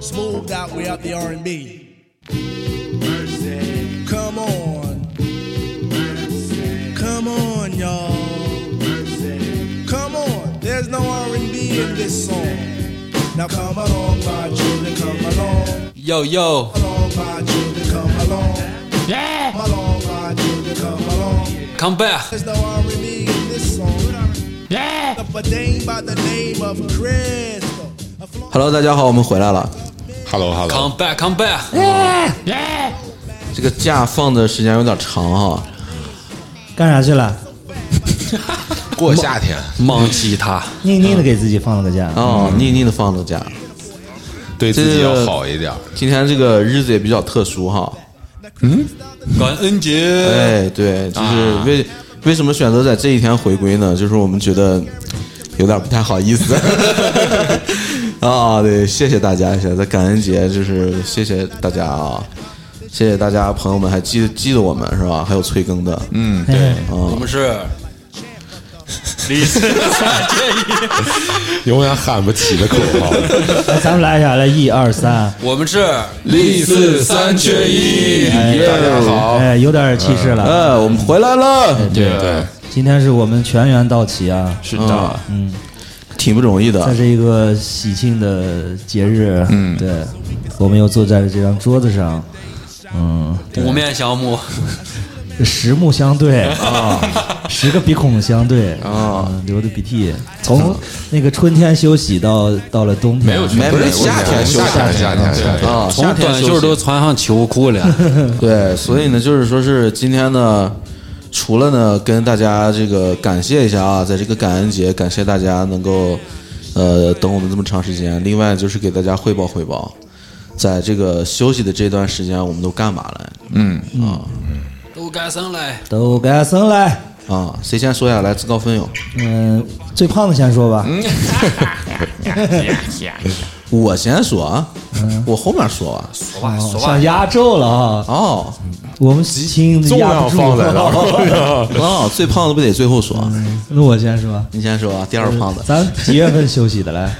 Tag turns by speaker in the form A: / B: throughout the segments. A: Smooth out, we up the R&B. Come on. Come on, y'all. Come on. There's no R&B in this song. Now come along, my children, come along.
B: 哟哟，
A: Along, my children, come along.
C: Yeah.
A: Come along, my children, come along.
B: c o m e back，
A: There's no R&B in this song.
C: Yeah.
A: Up a dame by the name of Crystal. A fl-
D: Hello，大家好，我们回来了。
E: Hello
B: c o
E: Hello，
B: m e back，come back。
C: Yeah.
D: 这个假放的时间有点长哈，
F: 干啥去了？
E: 过夏天，
B: 忙吉他，
F: 宁宁的给自己放了个假。
D: 哦，腻腻的放了假。
E: 对自己要好一点。
D: 今天这个日子也比较特殊哈，
B: 感恩节，
D: 哎，对，就是为、为什么选择在这一天回归呢？就是我们觉得有点不太好意思。啊，对，谢谢大家，谢谢感恩节，就是谢谢大家啊，谢谢大家，朋友们还记得记得我们是吧？还有催更的，嗯，
F: 对，
B: 我们是李斯三建一，
E: 永远喊不起的口号。
F: 来咱们来一下，来一二三，
B: 我们是李四三缺一。
E: 大家好，
F: 哎，有点气势了。
D: 哎，我们回来了，
F: 对
E: 对，
F: 今天是我们全员到齐啊，
B: 是的，
D: 嗯挺不容易
F: 在
D: 的，
F: 这一个喜庆的节日，嗯，对，我们又坐在了这张桌子上，嗯，对
B: 五面相目，
F: 十目相对啊，十个鼻孔相对啊，嗯流的鼻涕，从那个春天休息到到了冬天，
B: 没有去
D: 没没夏天休
E: 夏
D: 息
E: 天夏天夏天，
D: 啊，夏
B: 从
D: 天
B: 短
D: 休
B: 袖
D: 息
B: 都穿上秋裤了。
D: 对，所以呢，就是说是今天呢，除了呢跟大家这个感谢一下啊，在这个感恩节感谢大家能够呃等我们这么长时间，另外就是给大家汇报汇报，在这个休息的这段时间我们都干嘛了
B: 都该上来，
F: 都该生来，
D: 啊？谁先说下来自告奋勇？
F: 嗯，最胖的先说吧，
D: 我先说啊，我后面说啊。
B: 说吧
F: 哦
B: 说吧
F: 像，压轴了啊，
D: 哦
F: 我们轻
E: 重
F: 压
E: 量
F: 不住
E: 放在那儿。
D: 哦，最胖的不得最后说， 啊
F: 那我先说，
D: 你先说啊，第二胖子。
F: 咱几月份休息的来？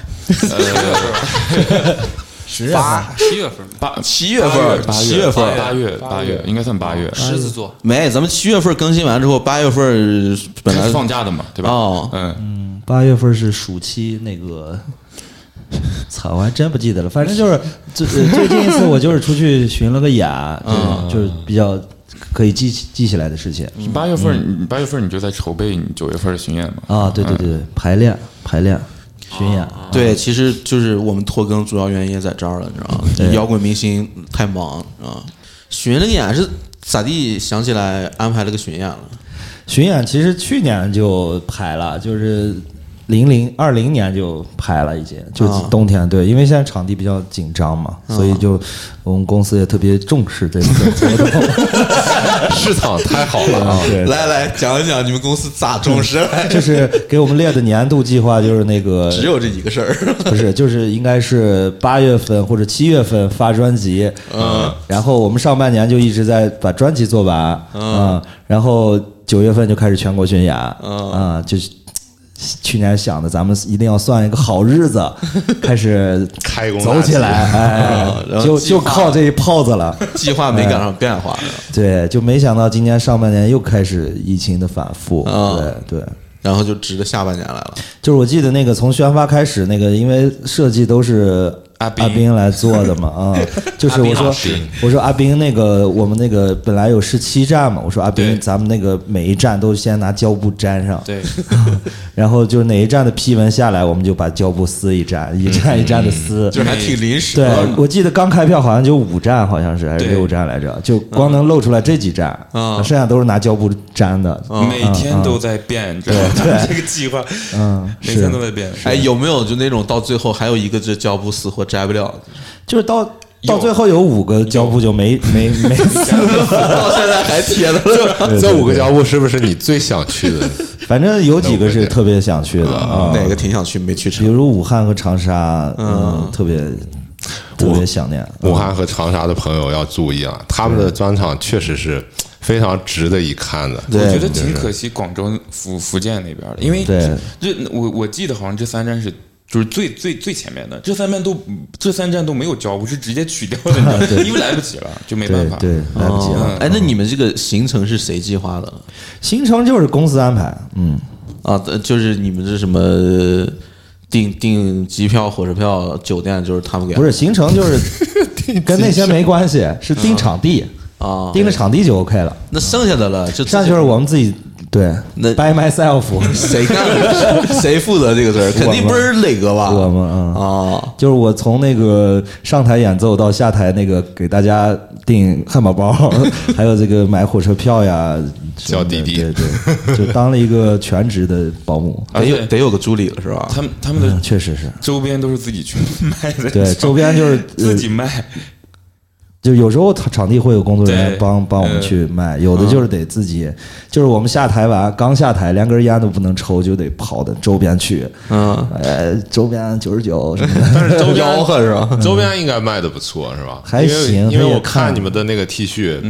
F: 十月份，
B: 七月份
G: 八
D: 七月份，七月份，
G: 八月八月应该算八月，
B: 狮子座，
D: 没，咱们七月份更新完之后，八月份呃本来
G: 是放假的嘛，对吧？
D: 哦
G: 嗯，
F: 八月份是暑期那个。操，我还真不记得了。反正就是最呃 最近一次，我就是出去巡了个雅，嗯，就是比较可以记起记起来的事情
G: 八月份，八月份你就在筹备你九月份的巡演嘛？
F: 啊。对对对对，排练排练巡演，
D: 对，其实就是我们拖更主要原因也在这儿了，你知道 吗？摇滚明星太忙啊，巡了个演是咋地？想起来安排了个巡演了，
F: 巡演其实去年就排了，就是零零二零年就排了，已经就
D: 啊
F: 冬天、对，因为现在场地比较紧张嘛，
E: 嗯
F: 所以就我们公司也特别重 视这个活动。
E: 市场太好了啊！
F: 对，
D: 来来讲一讲你们公司咋 重视，
F: 就是给我们列的年度计划，就是那个
D: 只有这一个事儿。
F: 不是，就是应该是八月份或者七月份发专辑，嗯，然后我们上半年就一直在把专辑做完，嗯，然后九月份就开始全国巡演，啊，就是去年想的，咱们一定要算一个好日子，开始
E: 开工大
F: 走
E: 吉
F: 起来，哎
D: 啊然，后
F: 就
D: 计划
F: 就靠这一炮子了。
D: 计划没赶上变化，
F: 对，就没想到今年上半年又开始疫情的反复，
D: 啊
F: 对对，
D: 然后就直着下半年来了。
F: 就是我记得那个从宣发开始，那个因为设计都是
G: 阿
F: 斌
G: 斌
F: 来做的嘛，啊，就是我说我说阿斌那个我们那个本来有十七站嘛，我说阿斌
G: 对
F: 咱们那个每一站都先拿胶布粘上，
B: 对，
F: 然后就是哪一站的批文下来，我们就把胶布撕一站，一站一站的撕，
D: 就是还挺临时
F: 嗯对
D: 的，
F: 我记得刚开票好像就五站，好像是还是六站来着，就光能露出来这几站，
D: 嗯
F: 剩下都是拿胶布粘的，
G: 每天都在变，知道吗？ 这个计划，嗯，每天都在变。
D: 哎，有没有就那种到最后还有一个这胶布死活摘不了，
F: 就是到到
G: 有
F: 最后有五个胶布就没没 没撕。
D: 到现在还贴着了？
E: 这五个胶布是不是你最想去的？
F: 反正有几个是特别想去
G: 嗯
F: 的 啊，
D: 哪个挺想去没去
F: 比
D: 成？
F: 如武汉和长沙，嗯，特别特别想念。
E: 武汉和长沙的朋友要注意啊，他们的专场确实是非常值得一看的。
G: 我
D: 对
G: 觉得挺可惜，广州、福福建那边的，因为
F: 对
G: 这我我记得好像这三站是就是最最最前面的这三站都这三站都没有交互，是直接取掉的你知道吗，因为来不及了，就没办
F: 对
G: 法。哦嗯
F: 对，来不及了。嗯
D: 哎，那你们这个行程是谁计划的？
F: 行程就是公司安排，嗯，
D: 啊，呃就是你们这什么订订机票、火车票、酒店，就是他们给
F: 不是行程就是 跟那些没关系，
G: 嗯
F: 是盯场地，
D: 啊？
G: 哦
F: 盯着场地就 OK 了。
D: 那剩下的了，就
F: 剩下就是我们自己对
D: 那
F: ，by myself，
D: 谁干的？ 谁负责这个事儿？肯定不是磊哥吧？
F: 我们嗯
D: 啊，
F: 就是我从那个上台演奏到下台那个给大家订汉堡包，还有这个买火车票 呀，什
E: 叫
F: 么的
E: 弟弟
F: 对对，就当了一个全职的保姆，
G: 而
D: 得有
G: 且
D: 得有个助理了是吧？
G: 他们他们的
D: 嗯
F: 确实是
G: 周边都是自己去卖的，
F: 嗯对，周边就是
G: 自
F: 呃
G: 己卖。
F: 就有时候场场地会有工作人员
G: 对
F: 帮帮我们去卖，有的就是得自己，就是我们下台完刚下台，连根烟都不能抽，就得跑到周边去，
D: 嗯，
F: 呃，周边九十九什么的，
E: 但是周 边
D: 吆喝是吧？
E: 周边应该卖的不错是吧？
F: 还
E: 因为
F: 行
E: 因为
F: 他也
E: 我
F: 看
E: 你们的那个 T 恤，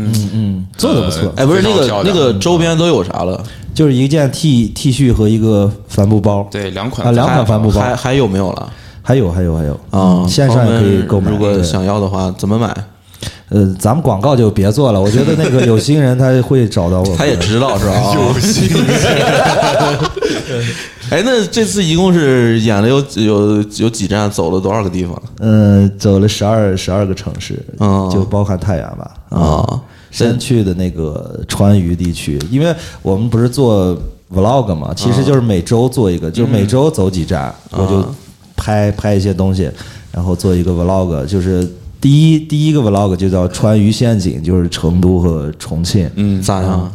F: 做的不错
E: 呃，
D: 哎，不是
E: 非
D: 那
E: 常
D: 个
E: 漂
D: 那
E: 亮
D: 个周边都有啥了？
F: 就是一件 T T 恤和一个帆布包，
G: 对，两款
F: 啊，两款帆布包，
D: 还还有没有了？
F: 还有还有还有嗯
D: 啊，
F: 线上也可以购
D: 朋友们
F: 买。
D: 如果
F: 对
D: 想要的话，怎么买？
F: 呃，咱们广告就别做了，我觉得那个有心人他会找到我 们。
D: 他也知道是吧？有 心。哎，那这次一共是演了有有有几站，走了多少个地方
F: 嗯、走了十二十二个城市，
D: 哦
F: 就包含太原吧。
D: 啊？
F: 先去的那个川渝地区，因为我们不是做 vlog
D: 啊
F: 嘛，其实就是每周做一个，
D: 嗯
F: 就每周走几站，我就拍拍一些东西，然后做一个 vlog，就是。第一第一个 vlog 就叫川渝陷阱，就是成都和重庆。
D: 嗯，咋样？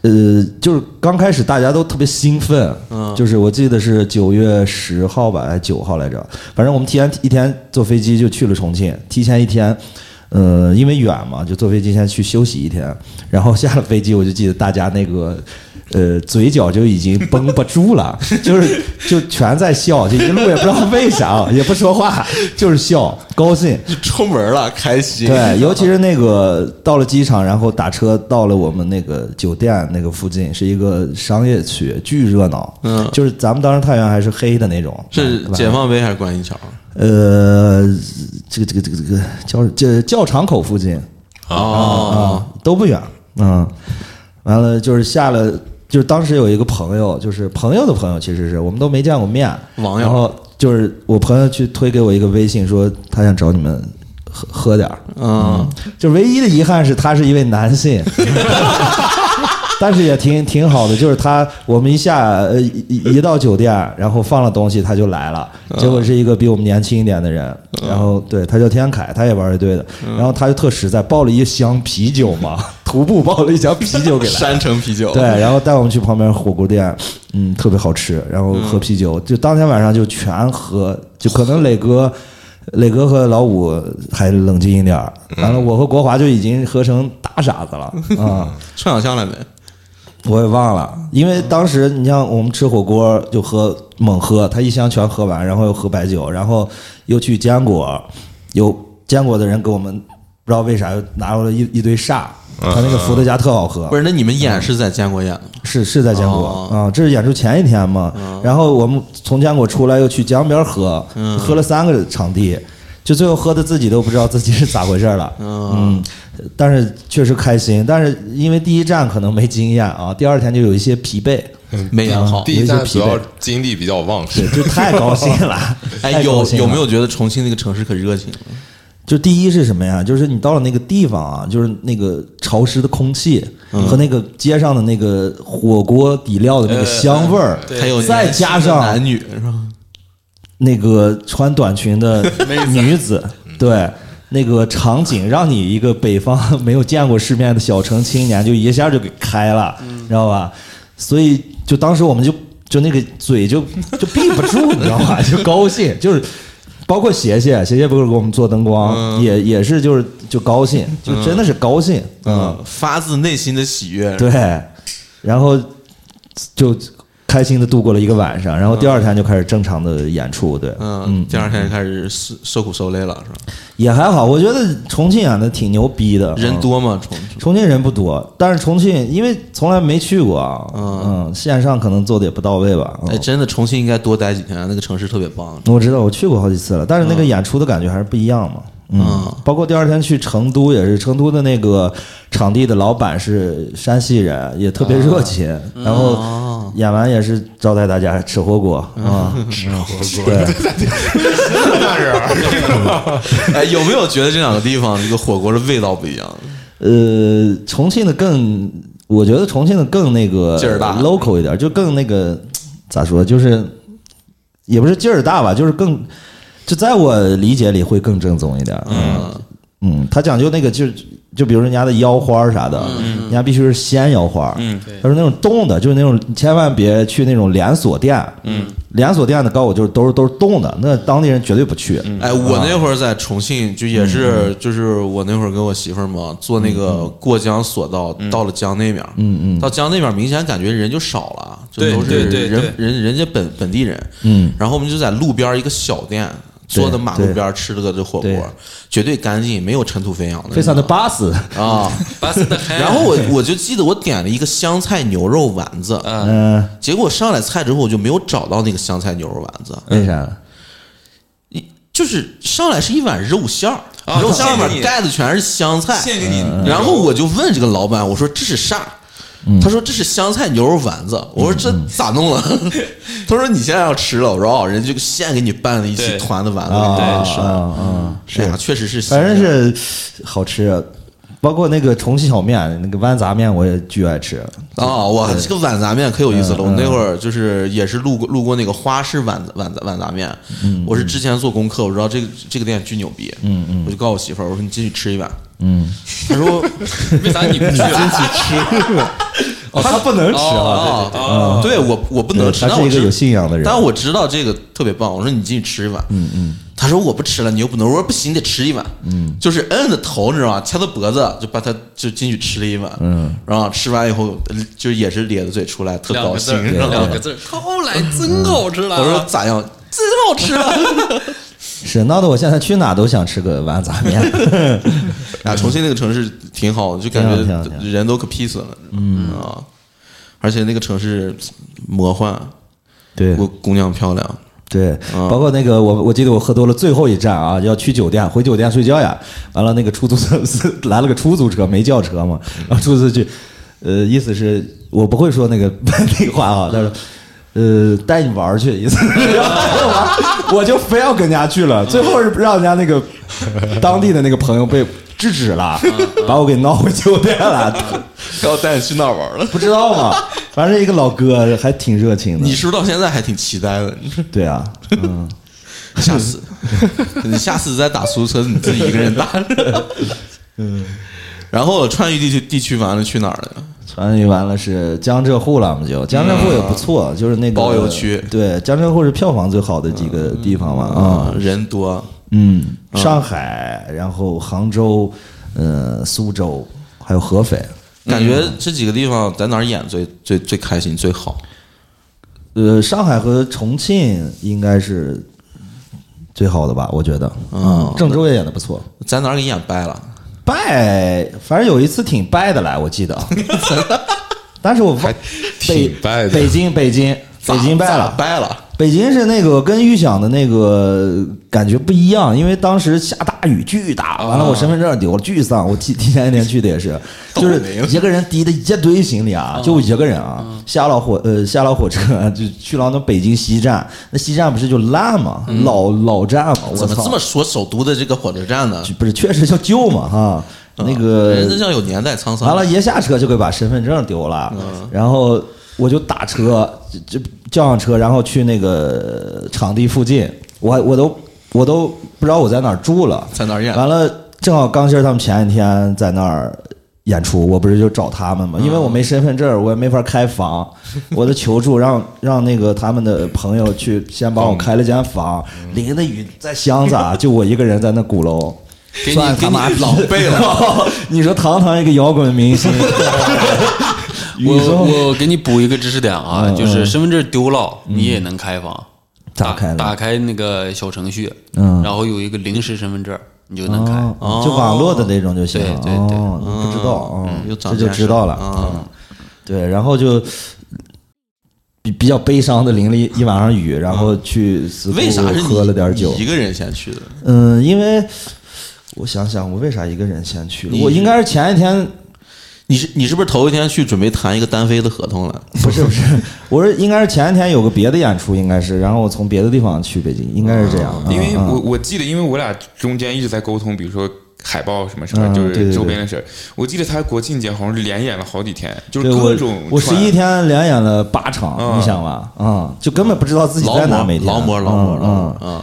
F: 呃，就是刚开始大家都特别兴奋，嗯，就是我记得是九月十号吧，还是九号来着，反正我们提前一天坐飞机就去了重庆，提前一天，呃，因为远嘛，就坐飞机先去休息一天，然后下了飞机，我就记得大家那个。呃，嘴角就已经绷不住了，就是就全在笑，就一路也不知道为啥，也不说话，就是笑，高兴。
D: 出门了，开心
F: 对，尤其是那个到了机场，然后打车到了我们那个酒店那个附近，是一个商业区，巨热闹。
D: 嗯
F: 就是咱们当时太原还是黑的那种，
D: 是
F: 吧
D: 解放碑还是观音桥？
F: 呃，这个这个这个这个教这教场口附近
D: 哦，
F: 啊，都不远。嗯，完了就是下了，就是当时有一个朋友，就是朋友的朋友，其实是我们都没见过面，
D: 网友
F: 然后就是我朋友去推给我一个微信，说他想找你们喝喝点儿。
D: 嗯，
F: 就唯一的遗憾是，他是一位男性，但是也挺挺好的。就是他，我们一下呃一一一到酒店，然后放了东西，他就来了。结果是一个比我们年轻一点的人，然后对他叫天凯，他也玩乐队的，然后他就特实在，抱了一箱啤酒嘛， 徒步抱了一箱啤酒给来。
D: 山城啤酒
F: 对，然后带我们去旁边火锅店，嗯，特别好吃，然后喝啤酒，就当天晚上就全喝，就可能磊哥、磊哥和老五还冷静一点儿，完了我和国华就已经喝成大傻子了啊、
D: 串小香来没？
F: 我也忘了，因为当时你像我们吃火锅就喝猛喝，他一箱全喝完，然后又喝白酒，然后又去坚果，有坚果的人给我们不知道为啥又拿过来一一堆煞，他那个伏特加特好喝，
D: 不是，那你们演是在建国演的吗？
F: 是是在坚
D: 哦
F: 果啊、这是演出前一天嘛。然后我们从坚果出来，又去江边喝，
D: 嗯
F: 喝了三个场地，就最后喝的自己都不知道自己是咋回事了。嗯，但是确实开心，但是因为第一站可能没经验啊，第二天就有一些疲惫，
D: 没演好
E: 第。一站主
F: 有
E: 要
F: 一些疲
E: 精力比较旺盛，
F: 就太高兴了。
D: 哎，
F: 太高
D: 有
F: 兴
D: 有
F: 了
D: 没有觉得重庆那个城市可热情了？
F: 就第一是什么呀？就是你到了那个地方啊，就是那个潮湿的空气
D: 嗯
F: 和那个街上的那个火锅底料的那个
D: 呃
F: 香味儿，
D: 还有
F: 再
D: 年轻的
F: 加上
D: 男女是吧？
F: 那个穿短裙的女子，嗯对，那个场景让你一个北方 没有见过世面的小城青年就一下就给开了，你知道吧？所以就当时我们就就那个嘴就就闭不 住，你知道吧？就高兴，就是包括鞋鞋，鞋鞋不是给我们做灯光，也也是就是就高兴，就真的是高兴，嗯
D: 嗯，发自内心的喜悦。
F: 对，然后就。开心的度过了一个晚上，然后第二天就开始正常的演出，对，
D: 嗯，第二天就开始受受苦受累了，是吧？
F: 也还好，我觉得重庆演的挺牛逼的，
D: 人
F: 嗯
D: 多吗？重庆
F: 重庆人不多，但是重庆因为从来没去过啊，嗯，线上可能做的也不到位吧。嗯
D: 哎，真的，重庆应该多待几天，那个城市特别棒。
F: 我知道我去过好几次了，但是那个演出的感觉还是不一样嘛。嗯，包括第二天去成都也是，成都的那个场地的老板是山西人，也特别热情。然后演完也是招待大家吃火锅啊， 吃火锅对，
D: 哎，有没有觉得这两个地方这个火锅的味道不一样？
F: 呃，重庆的更，我觉得重庆的更那个
D: 劲儿大
F: local 一点，就更那个咋说，就是也不是劲儿大吧，就是更，就在我理解里会更正宗一点。嗯嗯，他讲究那个就是。就比如人家的腰花儿啥的，人家必须是鲜腰花。嗯，他说那种冻的，就是那种你千万别去那种连锁店。嗯，连锁店的告我就是都是都是冻的，那当地人绝对不去。
D: 哎，我那会儿在重庆，就也是，就是我那会儿跟我媳妇儿嘛，坐那个过江索道，到了江那面，嗯嗯嗯，到江那面明显感觉人就少了，就
B: 对
D: 都是
B: 对对
D: 人人人家本本地人，嗯，然后我们就在路边儿一个小店。坐在马路边儿吃了个这火锅
F: 对，
D: 绝对干净，没有尘土飞扬的，
F: 非常的巴适。
D: 啊。
B: 巴斯的海，
D: 然后我我就记得我点了一个香菜牛肉丸子，
F: 嗯、
D: 结果上来菜之后我就没有找到那个香菜牛肉丸子，
F: 为啥？
D: 就是上来是一碗肉馅儿，
B: 啊
D: 肉馅儿
B: 他
D: 里
B: 献给
D: 面
B: 你
D: 盖的全是香菜，
B: 献给你，
D: 然后我就问这个老板，我说这是啥？
F: 嗯
D: 他说这是香菜牛肉丸子。我说这咋弄 了？他说你现在要吃了。我说哦，人家就现给你拌了一起
B: 对
D: 团的丸子
F: 啊
D: 给
B: 对
D: 你
B: 是
D: 吃。
F: 啊啊！
D: 是呀，确实是新
F: 反
D: 鲜，
F: 正是好吃，包括那个重庆小面，那个豌杂面我也巨爱吃。
D: 啊，哇，这个碗杂面可有意思了。我那会儿就是也是路过路过那个花市碗碗碗杂面，我是之前做功课，我知道这个这个店巨牛逼，嗯嗯，我就告诉我媳妇儿，我说你进去吃一碗，嗯，她说
B: 为啥你不去啊？
F: 哦，他不能吃啊，
D: 啊，对我我不能吃，
F: 他
D: 但
F: 是
D: 我
F: 一个
D: 知
F: 有信仰的人。
D: 但我知道这个特别棒，我说你进去吃一碗。嗯嗯。他说我不吃了，你又不能。我说不行，你得吃一碗。嗯。就是摁着头，你知道吗？掐着脖子就把他就进去吃了一碗。嗯。然后吃完以后，呃就也是咧着嘴出来，特
B: 两
D: 高
B: 个字
D: 兴
B: 儿，，
D: 你知道吗嗯
B: 两个字儿，后来真好吃了。
D: 我说咋样？真好吃啊！
F: 是闹得我现在去哪都想吃个豌杂面。
D: 啊，重庆那个城市挺好的，就感
F: 嗯挺好挺好
D: 觉
F: 挺好
D: 人都可 peace 了。嗯啊，而且那个城市魔幻，
F: 对
D: 姑姑娘漂亮。
F: 对，
D: 嗯
F: 包括那个我我记得我喝多了，最后一站啊要去酒店，回酒店睡觉呀。完了那个出租车来了个出租车，没叫车嘛，
D: 嗯
F: 然后出租车去，呃，意思是我不会说那个 那个话啊，他说。呃，带你玩儿去，意思 是要带我玩儿，我就非要跟人家去
D: 嗯
F: 了，最后是让人家 那个当地的那个朋友被制止了，
D: 嗯
F: 把我给闹回酒店 了，
D: 要带你去哪儿玩了？
F: 不知道嘛，反正一个老哥还挺热情的
D: 你，是不是到现在还挺期待 的？你说
F: 对啊，嗯，
D: 下次，你下次再打出租车，你自己一个人 打。嗯，
F: 嗯
D: 然后川渝地区地区完了去哪儿了？
F: 川渝完了是江浙沪了，我们就江浙沪也不错，就是那个
D: 包邮区
F: 对，江浙沪是票房最好的几个地方嘛啊，
D: 人多，
F: 嗯，上海，然后杭州，呃，苏州，还有合肥，
D: 感觉
F: 嗯
D: 这几个地方在哪儿演最最最开心最好？
F: 呃，上海和重庆应该是最好的吧，我觉得，嗯，郑州也演的不错。
D: 在哪儿给演掰了？
F: 败，反正有一次挺败的来，我记得，但是我忘北
E: 挺败的
F: 北京北京北京败了，
D: 掰了。
F: 北京是那个跟预想的那个感觉不一样，因为当时下大雨，巨大，完了我身份证丢了，巨丧。我提 提前一天去的也是，就是一个人提的一堆行李
D: 嗯
F: 啊，就我一个人啊，下了火呃下了火车就去了那北京西站，那西站不是就烂嘛，老老站嘛，
D: 嗯
F: 我
D: 怎么
F: 操
D: 这么说首都的这个火车站呢？嗯
F: 不是确实叫旧嘛哈，那个
D: 人家叫有年代沧桑。
F: 完 了，一下车就给把身份证丢了，
D: 嗯
F: 然后我就打车，就就叫上车，然后去那个场地附近，我我都我都不知道我在哪儿住了，
D: 在哪儿演
F: 完了，正好钢鑫儿他们前一天在那儿。演出我不是就找他们
D: 嗯
F: 嘛，因为我没身份证，我也没法 开房，我就求助让让那个他们的朋友去先帮我开了间房，
D: 嗯
F: 淋着雨在箱子啊，就我一个人在那鼓楼，
D: 给你
F: 算
D: 给
F: 他妈
D: 你老背了。
F: 了。你说堂堂一个摇滚明星，宇宙
B: 我我给你补一个知识点啊，
F: 嗯
B: 就是身份证丢了，你也能开房，
F: 咋开的
B: 打开那个小程序，
F: 嗯
B: 然后有一个临时身份证，你就能开。
F: 哦就网络的那种就行。
B: 对对对
F: 哦，你不知道，嗯
D: 又长
F: 这就
D: 见识
F: 知道了。
D: 了
F: 嗯，对，然后就比比较悲伤的淋了一一晚上雨，然后去四
D: 为啥是
F: 库
D: 你
F: 喝了点酒
D: 你一。个人先去的？
F: 嗯，因为我想想，我为啥一个人先去了？
D: 你
F: 我应该是前一天，
D: 你是你是不是头一天去准备谈一个单飞的合同了？
F: 不是不是，我是应该是前一天有个别的演出，应该是，然后我从别的地方去北京，应该是这样。
G: 啊因为
F: 嗯
G: 我我记得，因为我俩中间一直在沟通，比如说海报什么什么，
F: 嗯
G: 就
F: 对对
G: 是
F: 对
G: 周边的事儿。我记得他国庆节好像是连演了好几天，就是
F: 对我
G: 各种
F: 我十
G: 串
F: 一天连演了八场，你想吧，啊，就根本不知道自己
D: 嗯劳
F: 在哪每
D: 模劳
F: 天，
D: 模劳模
F: 嗯
D: 劳模
F: 嗯，
D: 嗯。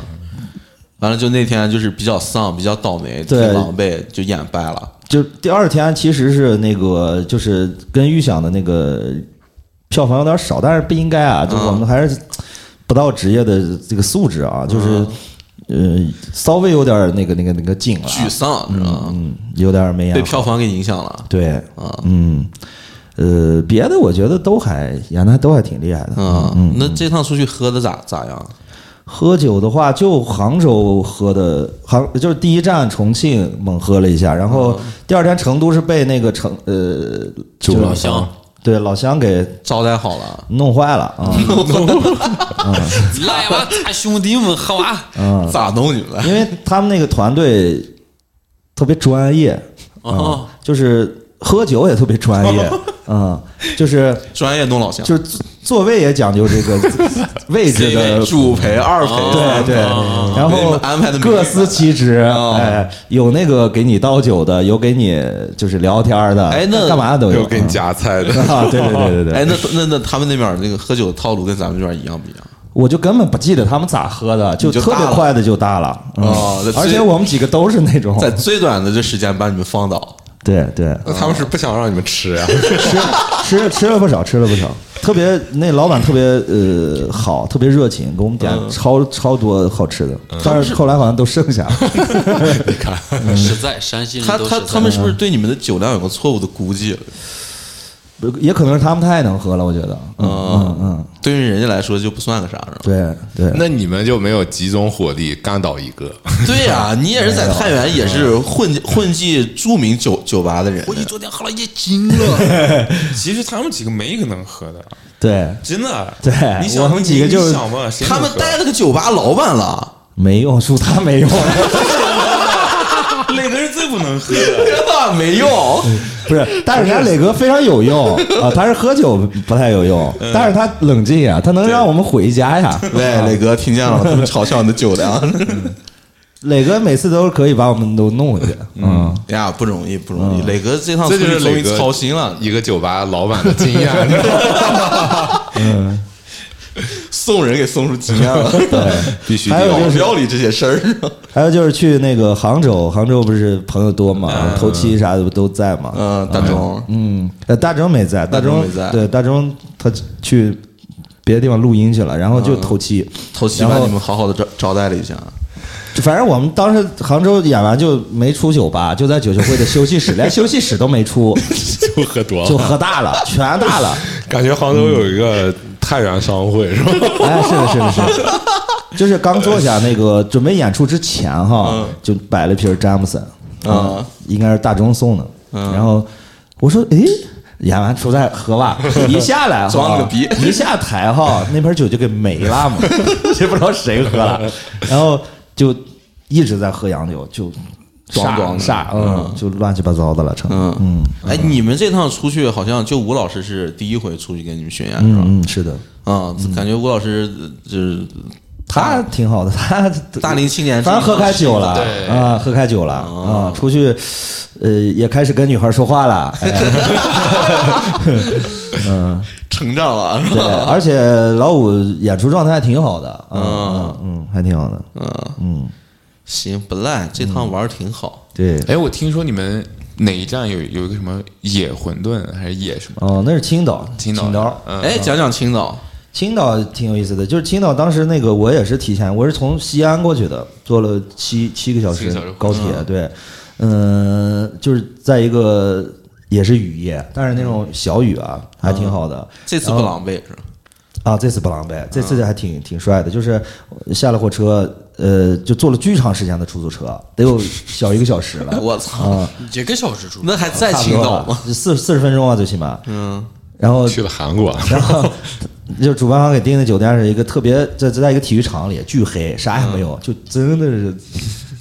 D: 完了，就那天就是比较丧，比较倒霉，挺
F: 对
D: 狼狈，就演败了。
F: 就第二天其实是那个，就是跟预想的那个票房有点少，但是不应该
D: 嗯
F: 啊，就是我们还是不到职业的这个素质
D: 嗯
F: 啊，就是呃稍微有点那个那个那个劲了啊，
D: 沮丧，你知道吗？
F: 嗯，有点没演
D: 被
F: 好
D: 票啊房给影响了。
F: 对，嗯，呃，别的我觉得都还演的还都还挺厉害的，
D: 嗯，那这趟出去喝的咋咋样？
F: 喝酒的话，就杭州喝的，杭就是第一站重庆猛喝了一下，然后第二天成都是被那个成呃
E: 酒
F: 就
E: 老
B: 乡
F: 对老乡给
D: 招待好了，
F: 弄坏了啊，
B: 来吧，大兄弟们，喝完。
F: 嗯
D: 咋弄你们了？
F: 因为他们那个团队特别专业啊
B: 哦，
F: 就是喝酒也特别专业啊，就是
D: 专业弄老乡，
F: 就是座座位也讲究这个位置的
D: 主陪、二陪，
F: 对对，然
D: 给你
F: 后
D: 啊们安排得明
F: 各
D: 明
F: 司其职，
D: 哦
F: 哎，有那个给你倒酒的，有给你就是聊天的，
D: 哎那
F: 干嘛的都有
E: 又给你夹菜的，
F: 啊，对对对对对，
D: 哎，那那那他们那边儿那个喝酒的套路跟咱们这边儿一样不一样？
F: 我就根本不记得他们咋喝的，就
D: 就
F: 特别
D: 大了
F: 快的就大了，嗯
D: 哦那
F: 而
D: 最
F: 且我们几个都是那
E: 哦
F: 种，
D: 在最短的这时间把你们放倒，
F: 对对，
E: 那他们是不想让你们吃呀？
F: 吃吃吃了不少，吃了不少，特别那老板特别呃好，特别热情，给我们点
D: 嗯
F: 超超多好吃的，但是后来好像都剩下了，
B: 实在，山西人
D: 他
B: 都
D: 他
B: 实在
D: 他们是不
E: 嗯
D: 是对你们的酒量有个错误的估计？
F: 也可能是他们太能喝了，我觉得，嗯嗯嗯，
D: 啊对于人家来说就不算个啥，是吧？
F: 对对。
E: 那你们就没有集中火力干倒一个？
D: 对呀、你也是在太原，也
E: 嗯
D: 是混混迹著名酒酒吧的人。
B: 我一昨天喝了一斤了，
G: 其实他们几个没一个能喝的，
F: 对，
G: 真的。
F: 对
G: 你想
F: 我们几个就是
G: 你想嘛，谁能
D: 他们
G: 喝
D: 带了个酒吧老板了，
F: 没用，叔他 没用，
G: 磊哥是最不能喝 的。
D: 真的没用。
F: 不是，但是人家磊哥非常有用啊，他是喝酒不太有用，
D: 嗯
F: 但是他冷静啊呀，他能让我们回家呀。
D: 喂，磊哥，听见了吗？他们嘲笑你的酒量。
F: 磊哥每次都是可以把我们都弄回去，嗯，
D: 哎呀，不容易，不容易。磊哥这趟出
E: 嗯这就是
D: 去终于
E: 磊哥
D: 操心了，
E: 一个酒吧老板的经验，你知道吗
D: 送人给送出经验了。
E: 必须
F: 还有
E: 得
F: 就
D: 不
F: 是
D: 要理这些 事儿。
F: 还有就是去那个杭州，杭州不是朋友多嘛，头七啥的不都在嘛，
D: 嗯，大钟，
F: 嗯，呃，大钟没在，大
D: 钟
F: 钟
D: 没在
F: 对，大钟他去别的地方录音去了，然后就头七，
D: 嗯头七
F: 然
D: 把
F: 后
D: 你们好好的招招待了一下。
F: 反正我们当时杭州演完就没出酒吧，就在九球会的休息室，连休息室都没出，
E: 就喝
D: 哦
E: 多
F: 就
E: 了。
F: 喝 大了，全大了。
E: 感觉杭州有一个太原商会是吧？
F: 哎，是的，是的，是的。就是刚坐下那个准备演出之前
D: 嗯
F: 哈，就摆了瓶詹姆森，啊，应该是大钟送的。
D: 嗯
F: 然后我说，诶，演完出在 河吧，一下来哈啊
D: 装了个逼
F: 一下 台哈，那瓶酒就给没了嘛，也不知道谁喝了，然后就一直在喝洋酒，就
D: 装装
F: 傻
D: 的
F: 傻，嗯，就乱七八糟的了，成，嗯
D: 嗯，哎，你们这趟出去好像就吴老师是第一回出去跟你们巡演是吧？
F: 嗯，是的，
D: 啊，感觉吴老师呃就是
F: 他挺好的，他
D: 大龄青年之一，
F: 反正喝开酒了，
B: 对
F: 啊，喝开酒了啊，出去，呃，也开始跟女孩说话了，哎、
D: 成长了，是吧
F: 对，而且老五演出状态还挺好的，嗯嗯，还挺好的，
D: 行，不赖，这趟玩儿挺好。
F: 对，
G: 哎，我听说你们哪一站有有一个什么野馄饨还是野什么？
F: 哦，那是青岛，
G: 青岛
F: 岛，
D: 哎，讲讲青岛，
F: 青岛挺有意思的，就是青岛当时那个我也是提前，我是从西安过去的，坐了七七个小
G: 七
F: 时
G: 个小时
F: 高铁，对，嗯，就是在一个也是雨夜，但是那种小雨啊，还挺好的。
D: 这次不狼狈是吧？
F: 啊，这次不狼狈，这次
D: 嗯
F: 还挺挺帅的，就是下了火车，呃，就坐了巨长时间的出租车，得有小一个小时了。
D: 我操，
B: 一个小时出，
D: 嗯那还在
F: 差不
D: 青
F: 多
D: 岛
F: 吧
D: 吗？？
F: 就四四十分钟啊，最起码。嗯。然后
E: 去了韩国，
F: 然后就主办方给订的酒店是一个特别在在一个体育场里，巨黑，啥也没有，就真的是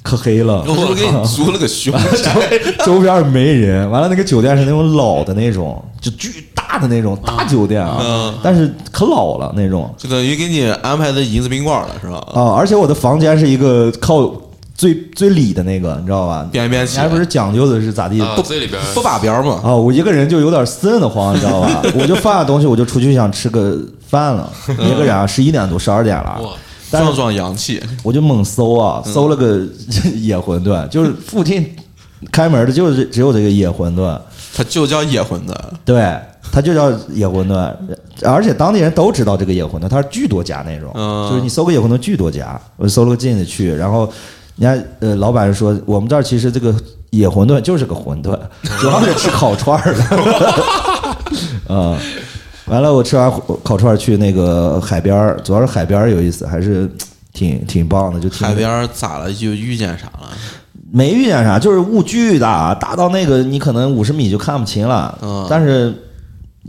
F: 可黑了。
D: 嗯我是不是给你租了个熊 宅？
F: 周周边没人，完了那个酒店是那种老的那种，就巨大的那种
D: 嗯
F: 大酒店啊，但是可老了那种
D: 就等于给你安排的银子宾馆了是吧？
F: 啊，而且我的房间是一个靠最最里的那个，你知道吧？
D: 边边起
F: 你还不是讲究的是咋地？
E: 啊
F: 不
E: 这里边
D: 不把边儿嘛，
F: 啊，我一个人就有点瘆 得慌，你知道吧？我就放下东西，我就出去想吃个饭了，
D: 嗯
F: 一个人啊，十一点多十二点了。但是
D: 壮壮阳气。
F: 我就猛搜啊，
D: 嗯
F: 搜了个 野馄饨，就是附近开门的，就是只有这个野馄饨，
D: 它就叫野馄饨，
F: 对，它就叫野馄饨，而且当地人都知道这个野馄饨，它是巨多家那种，
D: 嗯
F: 就是你搜个野馄饨巨多家，我搜了个进去，然后人家呃老板说我们这儿其实这个野馄饨就是个馄饨，主要是吃烤串儿的， 啊、完了，我吃完烤串儿去那个海边儿，主要是海边儿有意思，还是挺挺棒的，就挺
D: 海边儿咋了？就遇见啥了？
F: 没遇见啥，就是雾巨大，大到那个你可能五十米就看不清了，
D: 嗯
F: 但是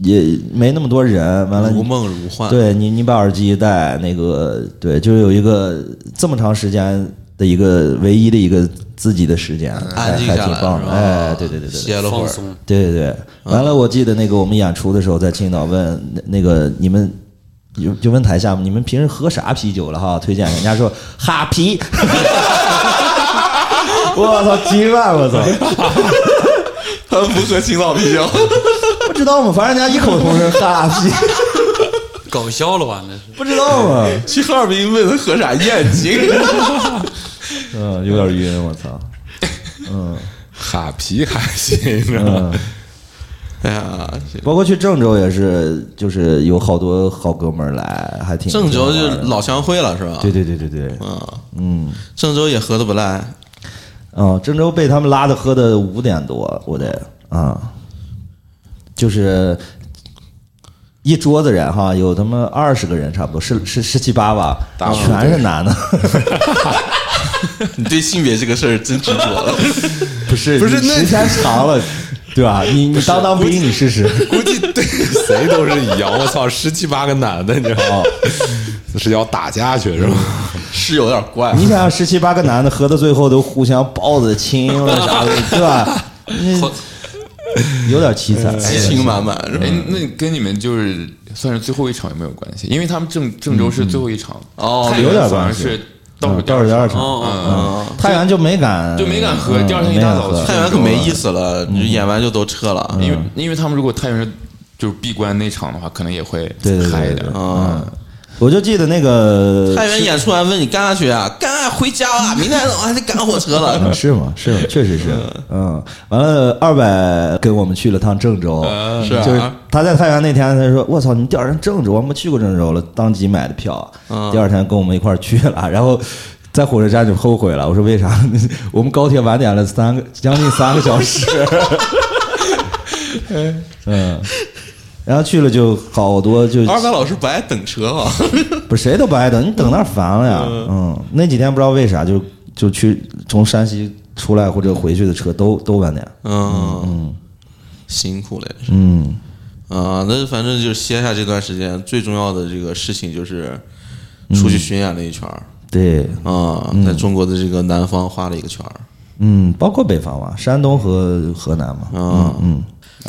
F: 也没那么多人。完了，
D: 如梦如幻。，
F: 对你，你把耳机一戴，那个对，就有一个这么长时间的一个唯一的一个自己的时间，
D: 安
F: 还
D: 静
F: 还
D: 下
F: 挺
D: 来
F: 棒
D: 是
F: 的。
D: 吧？
F: 哎，对对对对对。
D: 歇了会
B: 放
D: 儿。
B: 松，
F: 对对对，完了，我记得那个我们演出的时候，在青岛问那那个你们就就问台下嘛，你们平时喝啥啤酒了哈？推荐人家说哈 啤，我操，今万我操，
D: 他们不喝青岛啤酒，
F: 不知道吗？反正人家异口同声哈啤，
B: 搞笑了吧？那是
F: 不知道吗？
D: 去哈尔滨问他喝啥燕京。
F: 嗯，有点晕，我操，
E: 哈皮还行，你知道吗？
F: 嗯，
D: 哎呀，
F: 包括去郑州也是，就是有好多好哥们儿来，还挺
D: 郑州就
F: 挺好玩的
D: 老乡会了是吧？
F: 对对对对对，
D: 嗯，
F: 嗯。
D: 郑州也合的不赖。
F: 嗯，郑州被他们拉的喝的五点多，我得啊、就是一桌子人哈，有他妈二十个人差不多，十十十七八吧，全是男的，
D: 你对性别这个事儿真执着了。
F: 不是不是时间长了，对吧？你你当当兵，你试试。
E: 估计对谁都是一样。我操，十七八个男的，你知道吗？这是要打架去是吧？
D: 是有点怪。
F: 你想想，十七八个男的喝到最后都互相抱着亲了啥的，对吧？那有点嗯凄惨。
D: 激情满满是吧
G: 哎？，那跟你们就是算是最后一场有没有关系？因为他们郑郑州是最后一场，
D: 哦
G: 太原
F: 嗯有点
G: 反而
F: 关系
G: 是倒
F: 嗯
G: 数
F: 倒数第二场，
B: 哦，
F: 太原就没敢，
G: 嗯就没敢喝第二天一大早
F: 嗯没敢喝
G: 去
D: 太原可没意思了，你演完就都撤了。
G: 因为
F: 嗯
G: 因为他们如果太原是就是闭关那场的话，可能也会
F: 对对
G: 嗨一
F: 对对
G: 点，。
D: 嗯，
F: 我就记得那个
D: 太原演出完问你干啥去啊？干啊，回家了，明天早上还得赶火车了。
F: 啊，是吗？是吗？确实是，嗯，完了，二百跟我们去了趟郑州，
D: 是啊
F: 就是他在太原那天，他说：“我操，你第二天郑州，我没去过郑州了，当即买的票，第二天跟我们一块儿去了， 然后。”在火车站就后悔了，我说为啥？ 我们高铁晚点了三个，将近三个小时。嗯，然后去了就好多就
D: 二班老师不爱等车啊，
F: 不是谁都不爱等，你等那儿烦了呀。嗯，那几天不知道为啥就就去从山西出来或者回去的车都都晚点。
D: 嗯，辛苦了也是
F: 嗯，
D: 啊。那反正就是歇下这段时间，最重要的这个事情就是出去巡演了一圈儿
F: 对，
D: 啊，在中国的这个南方画了一个圈儿。
F: 嗯，包括北方嘛，山东和河南嘛，
D: 啊
F: 嗯，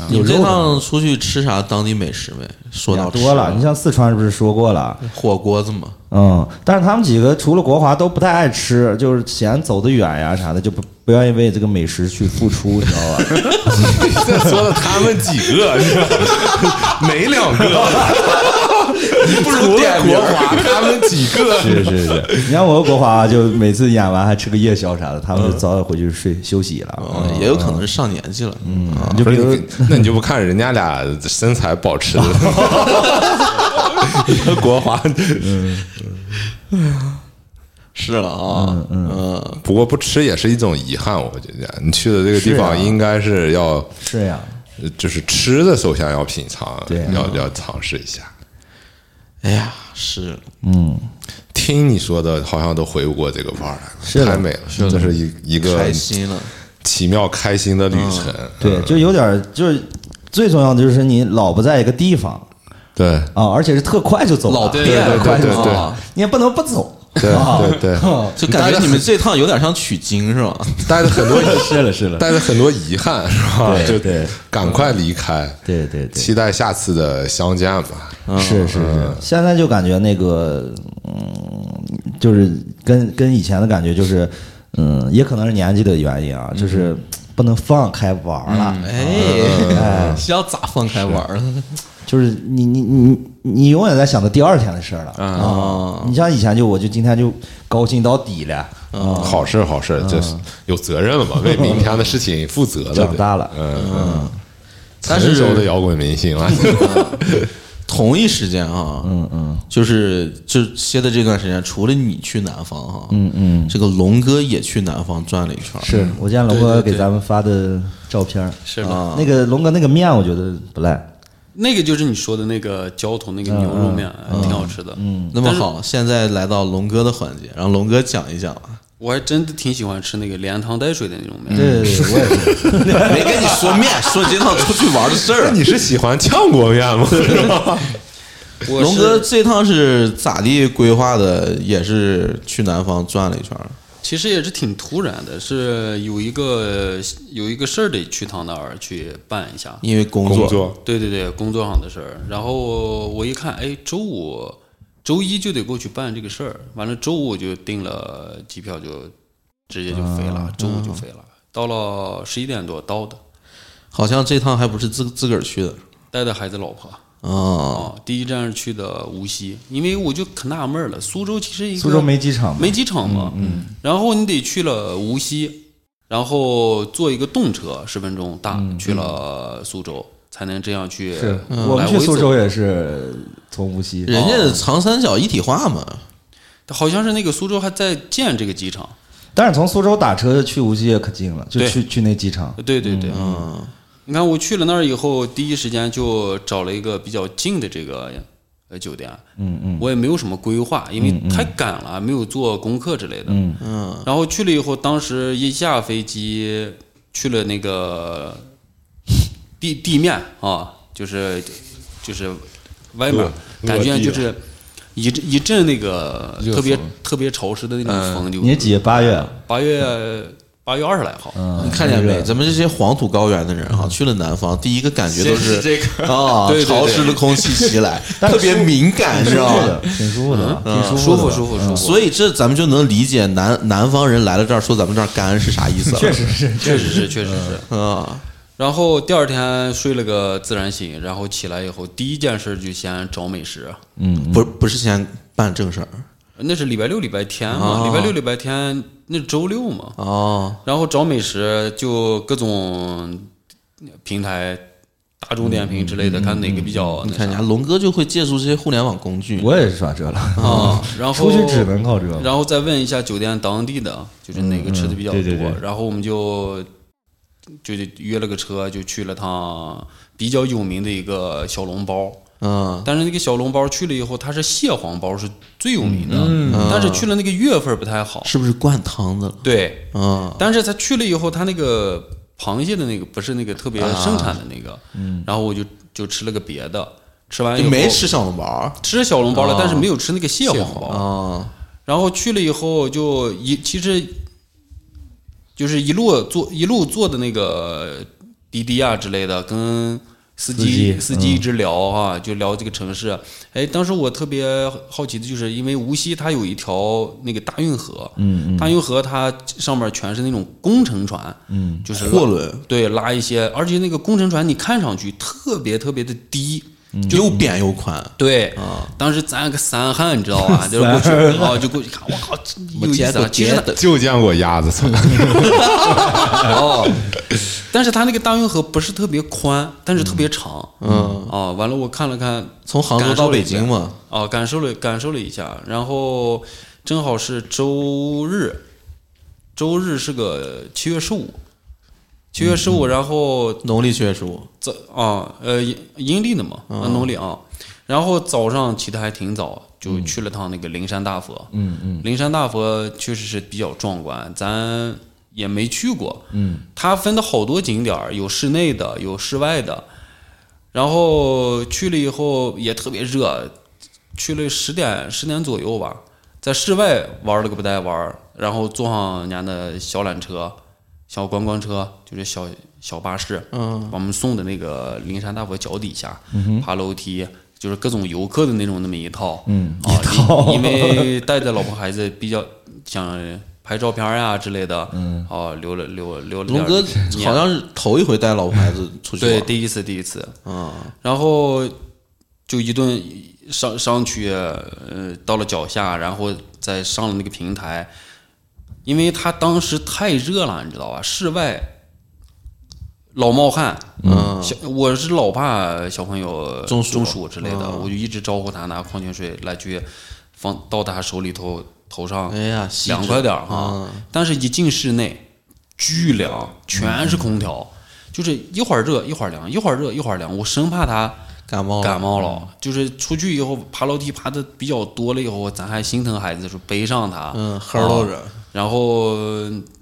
D: 你们这趟出去吃啥当地美食没？说到
F: 嗯
D: 吃
F: 多了。你像四川是不是说过了？
D: 火锅子嘛，
F: 嗯，但是他们几个除了国华都不太爱吃，就是嫌走得远呀啥的，就不不愿意为这个美食去付出，你知道吧？
E: 这说的他们几 个是吧？没两个，
D: 你不如点
E: 国华 他们几个
F: 是是是，你像我和国华就每次演完还吃个夜宵啥的，他们就早点回去睡休息了。
D: 啊，也有可能是上年纪了。嗯，
F: 你就
E: 不
F: 比
E: 是
F: 如
E: 你，那你就不看人家俩身材保持的，你和国华，
D: 是了啊，嗯，
E: 不过不吃也是一种遗憾，我觉得你去的这个地方
F: 是啊
E: 应该是要
F: 是呀，
E: 呃就是吃的时候想要品尝，
F: 对啊
E: 要要尝试一下。
D: 哎呀，是
E: 听你说的，好像都回不过这个弯儿来了，
F: 是的
E: 太美了，这是一一个
D: 开心了，
E: 奇妙开心的旅程。
F: 对，就有点儿就是最重要的就是你老不在一个地方
E: 对
F: 啊，而且是特快就走了，
D: 老
F: 对
D: 变
E: 对
F: 特快就走
E: 对
F: 了，你也不能不走。
E: 对
F: 啊
E: 对对，
D: 就感觉你们这趟有点像取经是吧？
E: 带着很多
F: 是了是了，
E: 带着很多遗憾是吧？
F: 对
E: 就
F: 对
E: 赶快离开，
F: 对对对，
E: 期待下次的相见吧。
F: 是是是，现在就感觉那个，嗯，就是跟跟以前的感觉就是，嗯，也可能是年纪的原因
B: 嗯
F: 啊，就是不能放开玩儿了，
D: 哎，是要咋放开玩儿了？
F: 就是你你你你永远在想着第二天的事儿了
B: 嗯
F: 啊。你像以前就我就今天就高兴到底了，
B: 嗯
E: 好事好事，这是有责任了嘛？为明天的事情负责了，
F: 长大了
E: 嗯，
D: 但是
E: 成熟的摇滚明星啊，
D: 同一时间啊，嗯嗯，就是就歇的这段时间，除了你去南方哈，嗯嗯，这个龙哥也去南方转了一圈儿，
F: 是我见龙
B: 对
F: 哥
B: 对对
F: 给咱们发的照片儿，
B: 是吧？
D: 啊
F: 啊那个龙哥那个面我觉得不赖，
B: 那个就是你说的那个浇头那个牛肉面，哎挺好吃的。嗯，
D: 那么好，现在来到龙哥的环节，让龙哥讲一讲吧。
B: 我还真的挺喜欢吃那个连汤带水的那种面。
F: 对对对，我也 是，
D: 没跟你说面，说这趟出去玩的事儿。
E: 你是喜欢炝锅面吗？是吧
B: 我
D: 龙
B: 是
D: 哥这趟是咋地规划的？也是去南方转了一圈儿。
B: 其实也是挺突然的，是有一个有一个事儿得去趟那儿去办一下。
D: 因为工作，
E: 工作
B: 对对对，工作上的事儿。然后我一看，哎，周五、周一就得过去办这个事儿。完了，周五我就订了机票，就直接就飞
F: 啊
B: 了，周五就飞了。到了十一点多到的，
D: 好像这趟还不是自自个儿去的
B: 带着孩子、老婆。
D: 啊。
B: 啊，第一站是去的无锡，因为我就可纳闷儿了，苏州其实一个
F: 苏州没机场嘛
B: 没机场嘛，嗯，然后你得去了无锡，然后坐一个动车十分钟大去了苏州，才能这样去。
F: 嗯是我
B: 嗯
F: 们
B: 来
F: 去
B: 回
F: 苏
B: 走
F: 州，也是从无锡，哦
D: 人家长三角一体化嘛，
B: 好像是那个苏州还在建这个机场，
F: 但是从苏州打车去无锡也可近了，就
B: 对
F: 去去那机场。
B: 对对对，嗯，你看我去了那儿以后，第一时间就找了一个比较近的这个呃酒店，嗯嗯，我也没有什么规划，因为太赶了，没有做功课之类的，嗯嗯，然后去了以后，当时一下飞机去了那个地地面啊，就是就是外面
E: 落，
B: 感觉
E: 落地
B: 就是一阵一阵那个
E: 热
B: 特别
E: 风
B: 特别潮湿的那种风就，
F: 你是几月？啊八月？
B: 八月八月二十来号，嗯。
D: 你啊看见没？咱们这嗯些黄土高原的人哈，去了南方，第一个感觉都
G: 先是这
D: 个啊
B: 对，对对
D: 潮湿的空气袭 来，特别敏感，
F: 挺
D: 知
F: 舒
D: 道
F: 服
D: 吗
F: 的？，
B: 啊
F: 挺舒服的，啊挺舒
B: 舒
F: 服
B: 服
F: 的
B: 舒服舒服，
D: 所以这咱们就能理解南南方人来了这儿说咱们这儿干是啥意思了。确实是
B: 确实是确实是。
F: 嗯
D: 啊，
B: 然后第二天睡了个自然醒，然后起来以后第一件事就先找美食，
D: 不不是先办正事儿
B: 那是礼拜六礼拜天嘛，
F: 啊
B: 礼拜六礼拜天那是周六嘛，
D: 哦，
B: 然后找美食就各种平台。大众点评之类
F: 嗯
B: 的，看哪个比较哦
D: 你
B: 那
D: 看人
B: 啥
D: 家龙哥就会借助这些互联网工具，
F: 我也是耍折了，
B: 啊，然后
F: 嗯出去只能靠这个。
B: 然后再问一下酒店当地的，就是哪个吃的比较多，
F: 嗯对对对
B: 然后我们就就约了个车，就去了趟比较有名的一个小笼包。
D: 嗯，
B: 但是那个小笼包去了以后，它是蟹黄包是最有名的，
G: 嗯
F: 嗯
B: 但是去了那个月份不太好。
D: 嗯是不是灌汤的了？
B: 对，
D: 嗯，
B: 但是他去了以后，他那个螃蟹的那个不是那个特别盛产的那个，然后我就就吃了个别的，吃完以后
D: 你嗯没吃小哦笼包儿
B: 吃小笼包了，但是没有吃那个蟹黄包。
D: 啊？
B: 然后去了以后就一其实就是一路坐一路坐的那个滴滴啊之类的，跟司机
F: 司机
B: 一直聊啊，就聊这个城市。哎，当时我特别好奇的就是，因为无锡它有一条那个大运河，嗯，大运河它上面全是那种工程船，嗯，就是
D: 货轮，
B: 对，拉一些，而且那个工程船你看上去特别特别的低，
D: 就又扁又宽，
B: 对啊，当时咱个三汉，你知道 吧？就是过去，然后就过去看，我靠，这有意
D: 见
B: 思
D: 过
B: 啊！其实
D: 别
B: 它
D: 的
E: 就见过鸭子操，
B: 哦，但是它那个大运河不是特别宽，但是特别长。嗯啊，完了我看了看，
D: 从杭州到北京嘛，
B: 哦，感受了感受了一下，然后正好是周日，周日是个七月十五，七月十
D: 嗯
B: 五，然后
D: 农历七月十五，
B: 早啊，呃，阴阴历的嘛，啊农历啊。然后早上起得还挺早，就去了趟那个灵山大佛。嗯嗯，灵山大佛确实是比较壮观，咱也没去过。嗯，它分的好多景点儿，有室内的，有室外的。然后去了以后也特别热，去了十点十点左右吧，在室外玩了个不带玩儿，然后坐上人家的小缆车、小观光车，就是小小巴士，嗯，把我们送的那个灵山大佛脚底下，爬楼梯。就是各种游客的那种那么一套，嗯，啊，因因为带着老婆孩子比较想拍照片呀、之类的，嗯，啊，留了留留了点
D: 龙
B: 儿
D: 哥
B: 念
D: 好像是头一回带老婆孩子出去
B: 对，
D: 玩，啊
B: 第一次，第一次。然后就一顿上上去，呃，到了脚下，然后再上了那个平台，因为他当时太热了，你知道吧？室外老冒汗，嗯，小我是老怕小朋友
D: 中暑嗯
B: 之类的，我就一直招呼他拿矿泉水来去放到他手里头头上，
D: 哎呀细致
B: 凉快点儿
D: 啊
B: 哈。但是一进室内，巨凉，全是空调，就是一会儿热一会儿凉，一会儿热一会儿凉，我生怕他。
D: 感冒了
B: 感冒
D: 哦
B: 了，就是出去以后爬楼梯爬的比较多了以后，咱还心疼孩子，说背上他，
D: 嗯呵喽着
B: 啊然后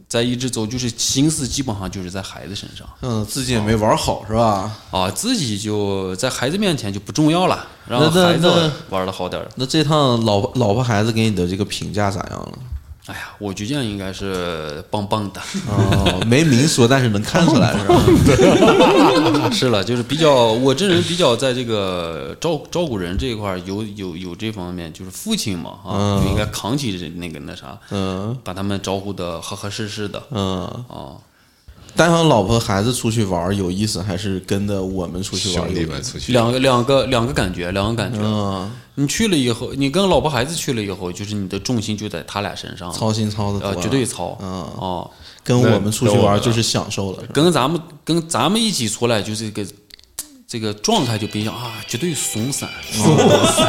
B: 再一直走，就是心思基本上就是在孩子身上
D: 嗯，自己也没玩好是吧？
B: 啊，自己就在孩子面前就不重要了，让
D: 那那
B: 孩子
D: 那
B: 玩的好点儿。
D: 那这趟老婆老婆孩子给你的这个评价咋样了？
B: 哎呀，我觉得应该是棒棒的，
D: 哦，没明说，但是能看出来是吧？
B: 是了，就是比较我这人比较在这个照照顾人这一块儿有有有这方面，就是父亲嘛啊，就应该扛起这那个那啥，
D: 嗯
B: 把他们招呼的和和适适的
D: 嗯，
B: 啊。
D: 带上老婆孩子出去玩儿有意思，还是跟着我们出去玩儿有
E: 兄弟
D: 意思
E: 们？出去，
B: 两个两个两个感觉，两个感觉。
D: 嗯，
B: 你去了以后，你跟老婆孩子去了以后，就是你的重心就在他俩身上了，
D: 操心操的多
B: 呃，
D: 了
B: 绝对操。
D: 嗯
B: 哦，
D: 跟我们出去玩
E: 那
D: 儿
E: 我
D: 就是享受了，是吧
B: 跟咱们跟咱们一起出来，就是一个这个状态就比较啊，绝对松 散。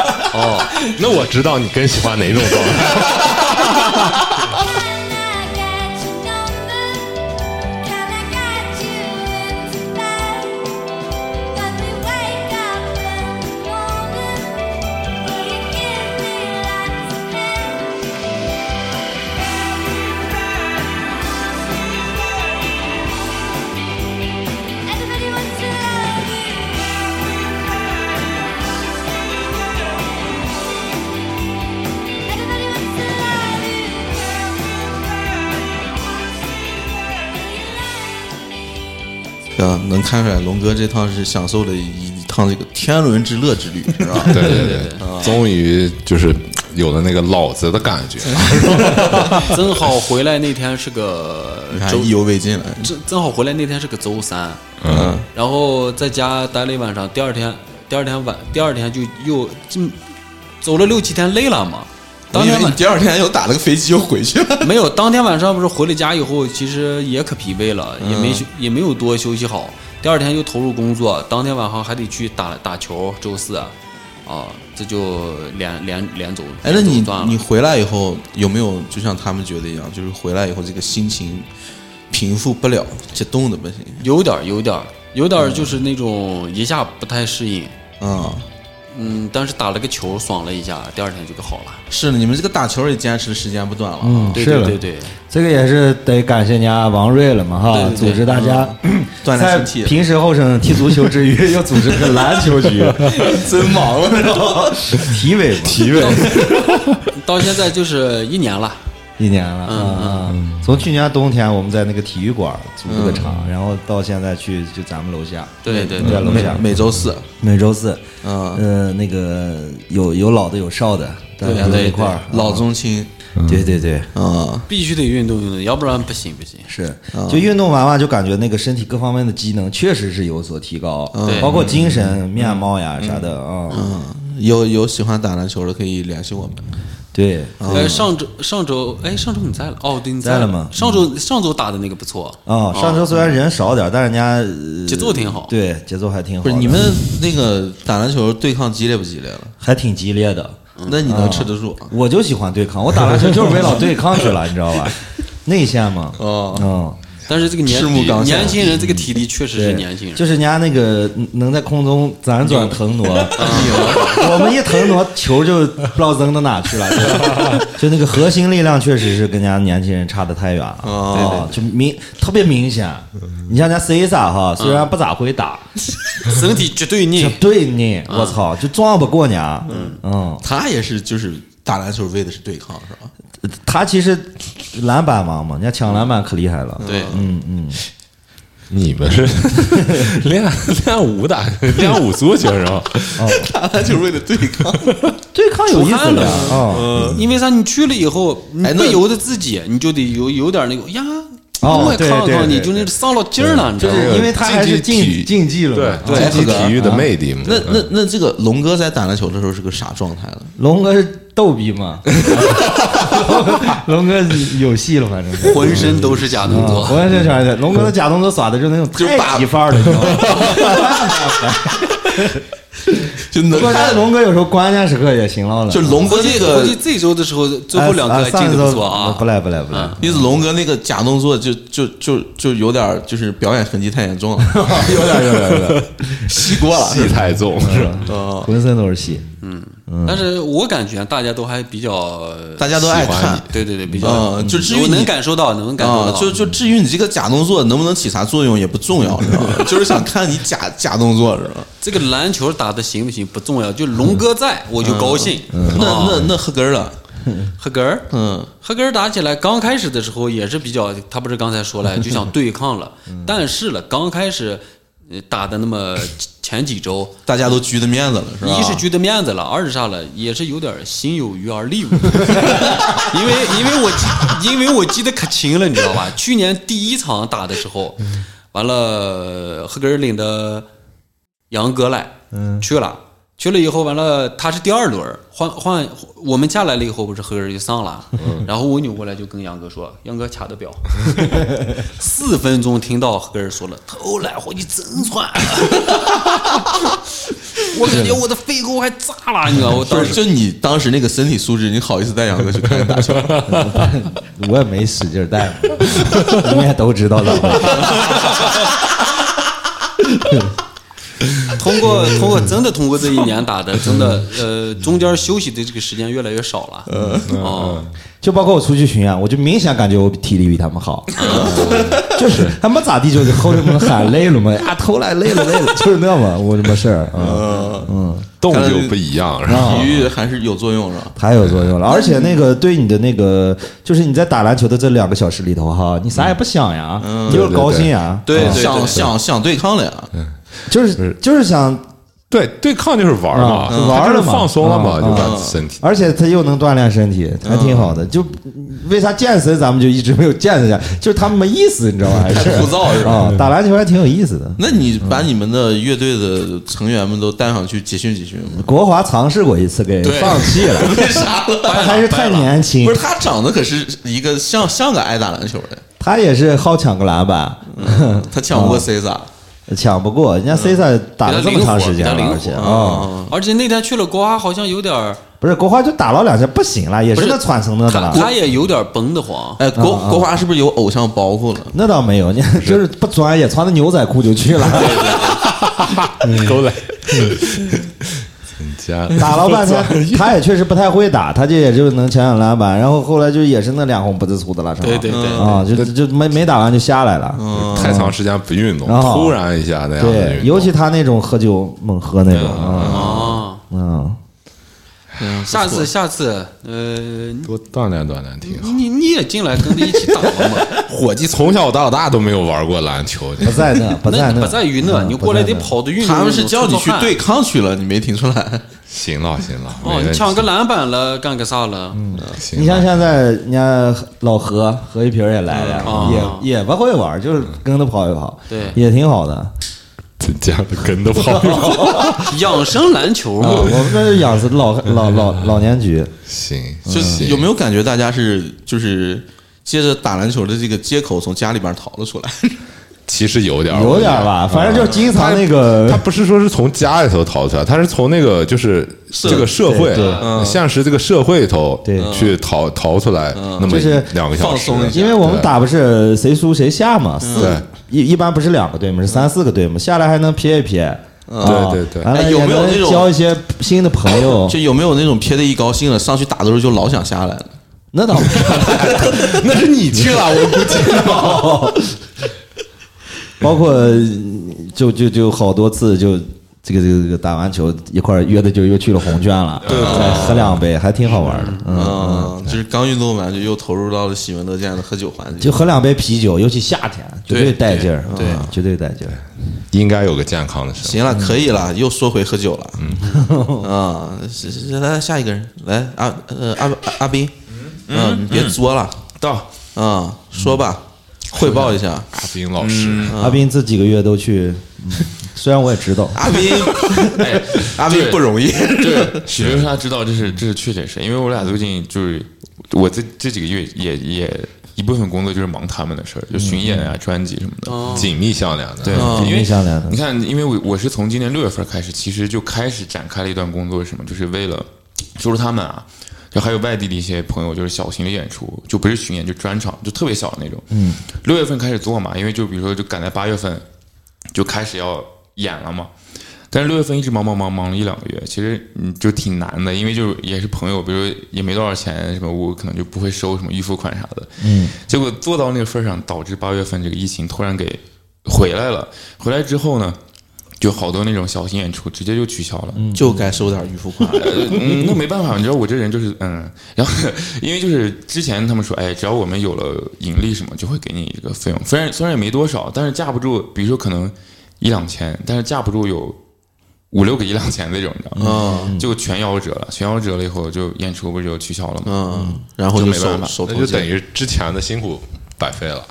E: 那我知道你更喜欢哪种状态。
H: Everybody wants to love you. Everybody wants to love you.
D: 啊行，能看出来龙哥这趟是享受了一趟这个天伦之乐之旅，是 吧？
E: 对对 对，终于就是有了那个老子的感 觉。
B: 正好回来那天是个
D: 你看
B: 周
D: 哎意，犹未尽了。
B: 正正好回来那天是个周三，
E: 嗯，
B: 然后在家待了一晚上，第二天，第二天晚，第二天就又进走了六七天，累了嘛。当
D: 因
B: 天
D: 为
B: 晚
D: 你第二天又打了个飞机又回去了。
B: 没有，当天晚上不是回了家以后，其实也可疲惫了，
D: 嗯
B: 也没休，也没有多休息好。第二天又投入工作，当天晚上还得去打打球，周四，啊，这就连连连走。
D: 哎， 那你
B: 连走断了
D: 你回来以后有没有就像他们觉得一样，就是回来以后这个心情平复不了，这冻的不行
B: 有点儿有点儿有点儿
D: 嗯
B: 就是那种一下不太适应，
D: 啊、
B: 嗯，但是打了个球爽了一下，第二天就可好了。
D: 是的，你们这个打球也坚持的时间不短了啊。
F: 嗯，
B: 对
F: 是
B: 对
F: 了
B: 对对，
F: 这个也是得感谢人家王瑞了嘛哈，
B: 对对对嗯
F: 组织大家、
D: 锻炼
F: 在
D: 身体
F: 平时后生踢足球之余，又组织了个篮 球局，
D: 真忙了，知道吗？
F: 体委嘛，
E: 体委
B: 到现在就是一年了。
F: 一年了，
B: 嗯嗯
F: 嗯嗯，从去年冬天我们在那个体育馆组织个场，然后到现在去就咱们楼下，
B: 对对
F: 在
B: 对，
F: 楼下
D: 嗯每周四，
F: 每周四，
D: 嗯
F: 呃，那个有有老的有少的，大家都一块儿，
D: 老中青
F: 嗯对对对，
D: 啊，
B: 必须得运动运动，要不然不行不行。
F: 是，
B: 嗯
F: 就运动完完就感觉那个身体各方面的机能确实是有所提高，
B: 嗯对嗯
F: 包括精神面貌呀啥的啊，
D: 有有喜欢打篮球的可以联系我们。
F: 对，
B: 呃，上周上周哎，上周你在了？哦，对，你
F: 哦在了吗
B: 上周上周打的那个不错
F: 啊，上周虽然人少点儿，但人家呃
B: 哦节奏挺好
F: 对，节奏还挺好
D: 不
F: 的，
D: 是你们那个打篮球对抗激烈不激烈了？
F: 还挺激烈的。
D: 那你
F: 啊
D: 能吃得住？啊
F: 我就喜欢对抗，我打篮球就是为了对抗去了，你知道吧？内线嘛，
D: 哦
F: 嗯，
B: 但是这个
D: 赤
B: 年
D: 木刚宪
B: 年轻人这个体力确实是年轻人，
F: 就是人家那个能在空中辗转腾挪，
B: 啊
F: 我们一腾挪球就不知道扔到哪去了，就就那个核心力量确实是跟人家年轻人差得太远了，哦，就明特别明显。
B: 嗯
F: 你像人家 C 萨哈，虽然不咋会打，
B: 身体绝对
F: 就
B: 硬。
F: 对你，
B: 嗯
F: 我操，就撞不过人家，嗯，
D: 他也是就是打篮球为的是对抗是吧？
F: 他其实篮板王嘛，人家抢篮板可厉害了，嗯
B: 对，
E: 你们是练练武打 练武足球是吧？
D: 打篮球为了对抗，
F: 对抗有意
B: 出
F: 思
B: 汗
F: 的
B: 了
F: 哦
B: 因为啥？你去了以后，你
D: 哎
B: 不
D: 那
B: 由得自己，你就得有有点那个呀，
F: 哦
B: 我也
F: 对
B: 看
F: 对
B: 看你，
F: 对
B: 就那上了劲儿了，你知
F: 就
B: 道吗？
F: 是因为他还是
E: 竞技体
F: 竞竞技了嘛，
E: 对，啊竞技体育的魅力嘛。
D: 那那那这个龙哥在打篮球的时候是个啥状态呢？
F: 龙哥是逗逼嘛， 龙哥有戏了，反正是。哦啊
B: 浑身都是假动
F: 我
B: 作，
F: 也是喜欢龙哥的假动作耍的就是那种太极范儿的，你知道 吗？
D: 就能
F: 关键
D: 看
F: 龙哥有时候关键时刻也行了的，啊
D: 就龙哥
B: 估计
D: 那
B: 估
D: 个
B: 计这周的时候，最后两
F: 哎
B: 个
F: 哎上
B: 进
F: 一
B: 的
F: 周
B: 不错啊
F: 不。赖不赖不赖，
D: 意思龙哥那个假动作就就就就有点儿就是表演痕迹太严重了，有点有点有点 吸过了，
E: 戏太重是吧？
F: 浑身都是戏。
B: 但是我感觉大家都还比较，
D: 嗯大家都爱看。
B: 对对对，比较，
D: 嗯，就至于
B: 我
D: 你
B: 能感受到，能感受
D: 啊，
B: 到，
D: 就就至于你这个假动作能不能起啥作用也不重要，知道吧？就是想看你假假动作，是吧？
B: 这个篮球打的行不行不重要，就龙哥在我就高兴。啊
D: 那嗯那那合根儿了，
B: 合格儿，
D: 嗯，
B: 合格儿打起来，刚开始的时候也是比较，他不是刚才说 了，就想对抗了，
D: 嗯
B: 但是了，刚开始呃打的那么前几周，
D: 大家都拘着面子了，是吧？啊
B: 一是觉得面子了，二是啥了，也是有点心有余而力不足， 因为因为我记因为我记得可清了，你知道吧？去年第一场打的时候，完了黑格尔领的杨哥来，去了。去了以后，完了他是第二轮儿换换我们下来了以后，不是黑人就上了，
F: 嗯
B: 然后我扭过来就跟杨哥说：“ 杨哥卡的表。”四分钟听到黑人说了：“偷懒货，你真穿。” 我感觉我的肺给我还炸了，你知道 吗？我
D: 不
B: 当时
D: 是，就你当时那个身体素质，你好意思带杨哥去看看打球？
F: 我也没使劲儿带嘛， 你们也都知道咋回事。
B: 通过通过真的通过这一年打的，真的呃中间休息的这个时间越来越少了。
F: 嗯
B: 哦，
F: 就包括我出去巡演，我就明显感觉我体力比他们 好，就是还没咋地，就是后面们喊累了嘛，啊，投篮累了累 了，就是那么，我这么事儿，嗯嗯，
E: 动就不一样是吧？
D: 体育还是有作用，是吧？
F: 太有作用了，而且那个对你的那个，就是你在打篮球的这两个小时里头哈，你啥也不想呀，你就是高兴呀，啊
B: 对对对
D: 想
B: 对
D: 想想对抗了呀，
F: 就是就是想，
E: 对，对抗就是玩嘛，
F: 啊玩儿
E: 他就是
F: 了嘛
E: 放松了嘛，
F: 啊
E: 就把身体。
F: 而且他又能锻炼身体，还挺好的。就为啥健身咱们就一直没有健身下，就是他们没意思，你知道吗？还是
D: 太枯燥是吧
F: 啊，打篮球还挺有意思的。
D: 那你把你们的乐队的成员们都带上去集训集训吗？
F: 国华尝试过一次，给放弃了，
D: 为啥了？
F: 他 还是太年轻
D: 不是，他长得可是一个像像个爱打篮球的，
F: 他也是好抢个篮板，
D: 他抢
F: 啊
D: 不过 C 萨，
F: 抢不过人家 C 萨打了这么长时
B: 嗯比
F: 间
B: 较
F: 了，
B: 灵活嗯
F: 而且啊，
B: 而且那天去了国华，好像有点儿，
F: 不是国华就打了两下不行了，也
B: 不
F: 是
B: 是
F: 那喘成那的
B: 他
F: 了。
B: 他也有点崩得慌。
D: 哎，国国华是不是有偶像包袱了？
F: 那倒没有，你 就是不专业，穿着牛仔裤就去了，
E: 都来，你 家
F: 打了半天，他也确实不太会打，他就也就能抢抢篮板，然后后来就也是那两红不自粗的了，是吧？
B: 对对对嗯
F: 啊，就就没没打完就下来了，
E: 嗯太长时间不运动，
F: 哦
E: 突然一下那样的
F: 对，
E: 运动
F: 尤其他那种喝酒猛喝那种，啊
B: 啊，
F: 嗯，
B: 下次下次，呃，你
E: 多锻炼锻炼挺好。
B: 你你也进来跟着一起打嘛？
E: 伙计从小到大都没有玩过篮球，
F: 不在 那，不在
B: 那
F: 那，
B: 不在于那，
F: 嗯
B: 你过来
F: 不在
B: 得
F: 那
B: 跑的运动运动。
D: 他们是叫你去
B: 出出汗
D: 对抗去了，你没听出
F: 嗯
D: 来？
E: 行了行了，没
B: 哦，
E: 问
B: 你
E: 题
B: 抢个篮板了，干个啥了？
E: 行
F: 你
E: 了
F: 像现在人家老何何一平也来了，
E: 嗯
B: 啊
F: 也也不会玩，就是跟着跑一跑，
B: 对
F: 也挺好的。
E: 这家的跟都跑不了。
B: 养生篮球
F: 啊，
B: 嘛，
F: 我们这是养殖老老老老年局，
E: 行，
D: 就
E: 行
D: 有没有感觉大家是就是借着打篮球的这个借口从家里边逃了出来？
E: 其实有点儿，
F: 有点
E: 啊我觉
F: 儿
E: 得
F: 吧，反正就是金
E: 他
F: 藏那个
E: 他不是说是从家里头逃出来，他是从那个就是这个社会
F: 对对，
E: 像是这个社会头
F: 对
E: 去逃逃出来，那么
F: 就是
E: 两个小时，
G: 放松一
F: 因为我们
E: 对
F: 打不是谁输谁下嘛，四
E: 对
F: 一一般不是两个队嘛，是三四个队嘛，下来还能撇一撇，啊
E: 嗯对对对
F: 完了
D: 哎有
F: 也
D: 没有
F: 能
D: 那种
F: 交一些新的朋 友
D: 就？有没有那种撇的一高兴了，上去打的时候就老想下 来了？
F: 那 倒没有，
E: 那是你去 了，我估计
F: 包括就就就好多次就。这个这个这个打完球一块儿约的就又去了红圈了，再喝两杯还挺好玩的，嗯，
D: 嗯，就是刚运动完就又投入到了喜闻乐见的喝酒环节
F: 就。喝两杯啤酒，尤其夏天绝对
D: 对
F: 带劲儿，
B: 对
F: 嗯绝对带劲儿。
E: 应该有个健康的生活。
D: 行了，可以了，又说回喝酒了。嗯啊，是是是来下一个人来阿呃阿阿斌，嗯，你别作了，
G: 到
D: 啊，说吧，汇报一下。
E: 阿斌老师，
F: 阿斌这几个月都去，嗯虽然我也知道，
D: 阿斌，
G: 哎，
D: 阿斌
G: 对嗯
D: 不容易。
G: 对，许留他知道这是这是确诊事，因为我俩最近就是我这这几个月也也一部分工作就是忙他们的事儿，就巡演
F: 嗯
G: 啊、专辑什么的。
F: 哦
E: 紧密相连的，
G: 对，
F: 紧密
G: 因为
F: 相连的
G: 你看，因为我我是从今年六月份开始，其实就开始展开了一段工作，是什么，就是为了收拾他们啊。就还有外地的一些朋友，就是小型的演出，就不是巡演，就专场，就特别小的那种。嗯，六月份开始做嘛，因为就比如说，就赶在八月份就开始要演了嘛。但是六月份一直忙忙忙忙了一两个月，其实嗯就挺难的，因为就也是朋友，比如也没多少钱，什么我可能就不会收什么预付款啥的。嗯，结果做到那个份儿上，导致八月份这个疫情突然给回来了。回来之后呢，就好多那种小型演出直接就取消了。
D: 就该收点预付款。
G: 呃嗯，那没办法，你知道我这人就是嗯，然后因为就是之前他们说，哎，只要我们有了盈利什么，就会给你一个费用，虽然虽然也没多少，但是架不住，比如说可能一两千，但是架不住有五六个一两千那种，你知道吗？
D: 嗯
G: 就全夭折了，全夭折了以后，就演出不是就取消了吗？
D: 嗯，然后
G: 就
D: 就
G: 没办
D: 手
G: 法
D: 手
E: 那
D: 头
E: 就等
D: 紧
E: 于之前的辛苦白费了。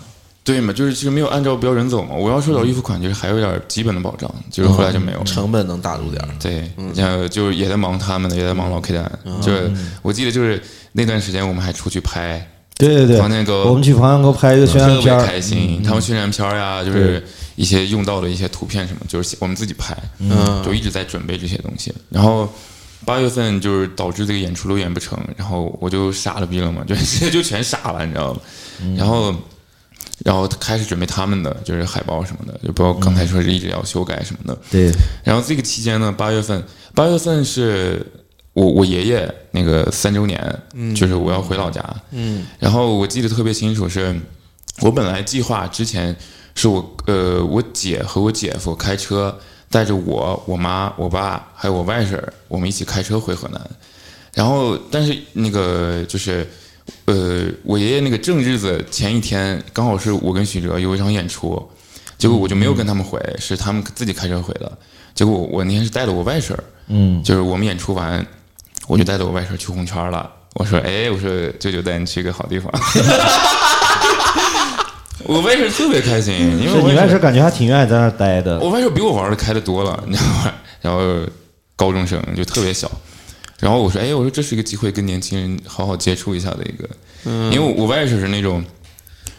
G: 对嘛，就是其实没有按照标准走嘛。我要收到预付款，就是还有点基本的保障，就是后来就没有了。
D: 成本能打入点儿。
G: 对，然后就是也在忙他们的，也在忙老 K 蛋。就是我记得就是那段时间，我们还出去拍，
F: 对对对，
G: 房间沟
F: 我们去房间沟拍一个宣传
G: 嗯特别
F: 片儿，
G: 开心。他们宣传片儿呀，就是一些用到的一些图片什么，就是我们自己拍，嗯，就一直在准备这些东西。然后八月份就是导致这个演出都演不成，然后我就傻了逼了嘛，就 直接就全傻了，你知道吗？
F: 嗯
G: 然后。然后开始准备他们的就是海报什么的，就包括
F: 嗯
G: 刚才说是一直要修改什么的。
F: 对，
G: 然后这个期间呢，八月份，八月份是我我爷爷那个三周年，就是我要回老家，嗯，然后我记得特别清楚是，我本来计划之前是我呃我姐和我姐夫开车带着我我妈我爸还有我外甥儿，我们一起开车回河南，然后但是那个就是。呃，我爷爷那个正日子前一天，刚好是我跟许哲有一场演出，结果我就没有跟他们回，是他们自己开车回
F: 嗯
G: 的。结果我我那天是带着我外甥，嗯，就是我们演出完，我就带着我外甥去红圈了。我说，哎，我说舅舅带你去个好 地方。 我外甥特别开心，因为
F: 是
G: 我
F: 你外甥感觉还挺愿意在那儿待的，
G: 我外甥比我玩的开的多了，你知道吗？然后高中生就特别小，然后我说，哎，我说这是一个机会，跟年轻人好好接触一下的一个，因为我外甥是那种，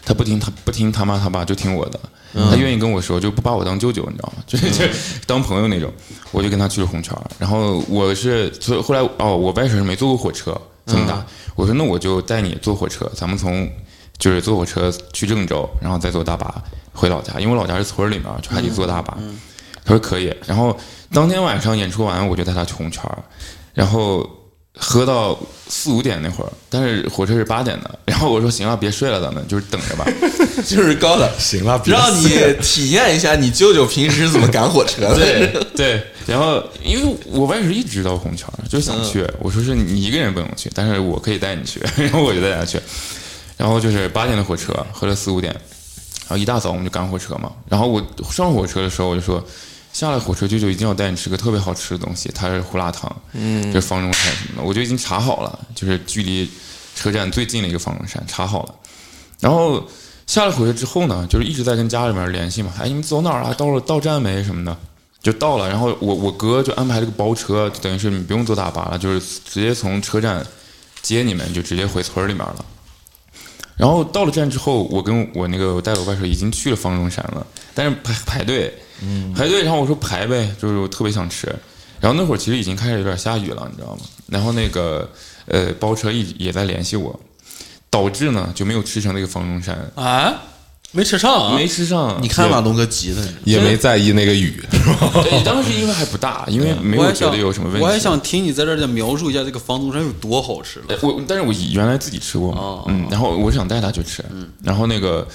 G: 他不听他不听他妈他爸，就听我的，他愿意跟我说，就不把我当舅舅，你知道吗？ 就是就是当朋友那种，我就跟他去了红圈儿，然后我是所以后来哦，我外甥是没坐过火车，这么大，我说那我就带你坐火车，咱们从。就是坐火车去郑州，然后再坐大巴回老家，因为我老家是村儿里面，就还得坐大巴。他说可以，然后当天晚上演出完，我就带他去红圈儿，然后喝到四五点那会儿，但是火车是八点的， 然后我说行了，别睡了，咱们就是等着吧。
D: 就是高的，
E: 行了，别
D: 让你体验一下你舅舅平时是怎么赶火车的。
G: 对 对，然后因为我外甥一直到红圈儿，就想去。我说是你一个人不用去，但是我可以带你去， 然后我就带他去。然后就是八点的火车，回了四五点，然后一大早我们就赶火车嘛。然后我上火车的时候，我就说下了火车舅舅一定要带你吃个特别好吃的东西，它是胡辣汤，嗯，就是方中山什么的，我就已经查好了，就是距离车站最近的一个方中山查好了。然后下了火车之后呢，就是一直在跟家里面联系嘛，哎，你们走哪儿啊？到了到站没什么的，就到了。然后我我哥就安排了个包车，就等于是你不用坐大巴了，就是直接从车站接你们，就直接回村儿里面了。然后到了站之后，我跟我那个我带我外甥已经去了方中山了，但是排排队，排队，然后我说排呗，就是我特别想吃。然后那会儿其实已经开始有点下雨了，你知道吗？然后那个呃包车一也在联系我，导致呢就没有吃成那个方中山，
B: 啊，没吃上啊，
G: 没吃上。
D: 你看马东哥急的，
E: 也没在意那个雨，是吧？
G: 对，当时因为还不大，因为没
B: 我
G: 有
B: 还
G: 觉
B: 想
G: 得有什么问题。
B: 我还想听你在这儿再描述一下这个方东山有多好吃了。
G: 呃我但是我原来自己吃过嘛，
D: 哦
G: 嗯，然后我想带他去吃，
D: 嗯
G: 然后那个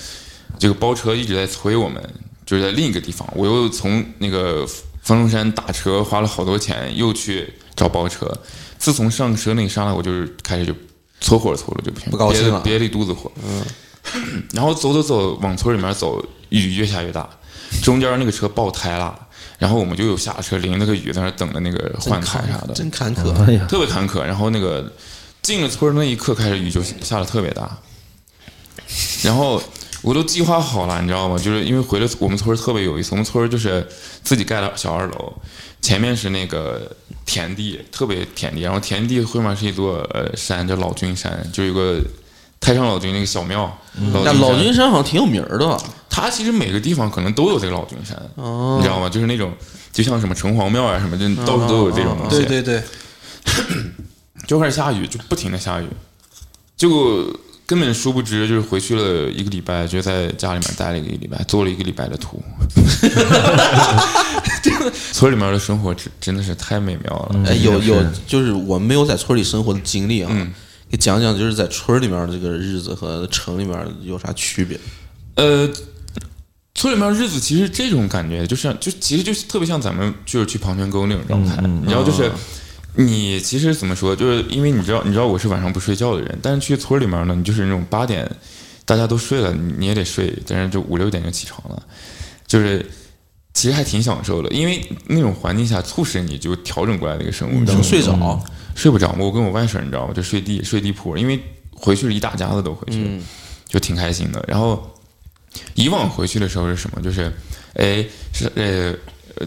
G: 这个包车一直在催我们，就是在另一个地方，我又从那个方中山打车花了好多钱，又去找包车。自从上车那一刹那，我就是开始就搓火搓了，就不行，
D: 不高兴
G: 憋得
D: 了
G: 憋了一肚子火。嗯，然后走走走，往村里面走，雨越下越大，中间那个车爆胎了。然后我们就又下车，淋那个雨，在那儿等着那个换胎啥的，
D: 真坎坷。
F: 哎呀，
G: 特别坎坷。然后那个进了村儿那一刻开始，雨就下的特别大。然后我都计划好了，你知道吗？就是因为回了我们村儿特别有意思，我们村儿就是自己盖了小二楼，前面是那个田地，特别田地，然后田地后面是一座呃山，叫老君山，就有个太上老君那个小庙。老
D: 但
G: 君
D: 老
G: 山
D: 君山好像挺有名儿的吧，
G: 它其实每个地方可能都有这个老君山，你知道吗？就是那种就像什么城隍庙啊什么，就到处都有这种
D: 嗯
G: 东西。
B: 对对对，
G: 就开始下雨，就不停的下雨，结果根本殊不知，就是回去了一个礼拜，就在家里面待了一个礼拜，做了一个礼拜的图。 村里面的生活真真的是太美妙了。
D: 哎，有有，就是我没有在村里生活的经历啊，
G: 嗯
D: 给讲讲，就是在村里面的这个日子和城里面有啥区别？
G: 呃，村里面日子其实这种感觉，就像就其实就是特别像咱们就是去庞泉沟那种状态，然后就是。你其实怎么说，就是因为你知道，你知道我是晚上不睡觉的人，但是去村里面呢，你就是那种八点大家都睡了，你你也得睡，但是就五六点就起床了，就是其实还挺享受的，因为那种环境下促使你就调整过来的一个生物钟，
D: 能嗯睡
G: 嗯
D: 着？
G: 睡不着我跟我外甥你知道吗？就睡地睡地铺，因为回去是一大家子都回去，就挺开心的。然后以往回去的时候是什么？就是哎是呃。呃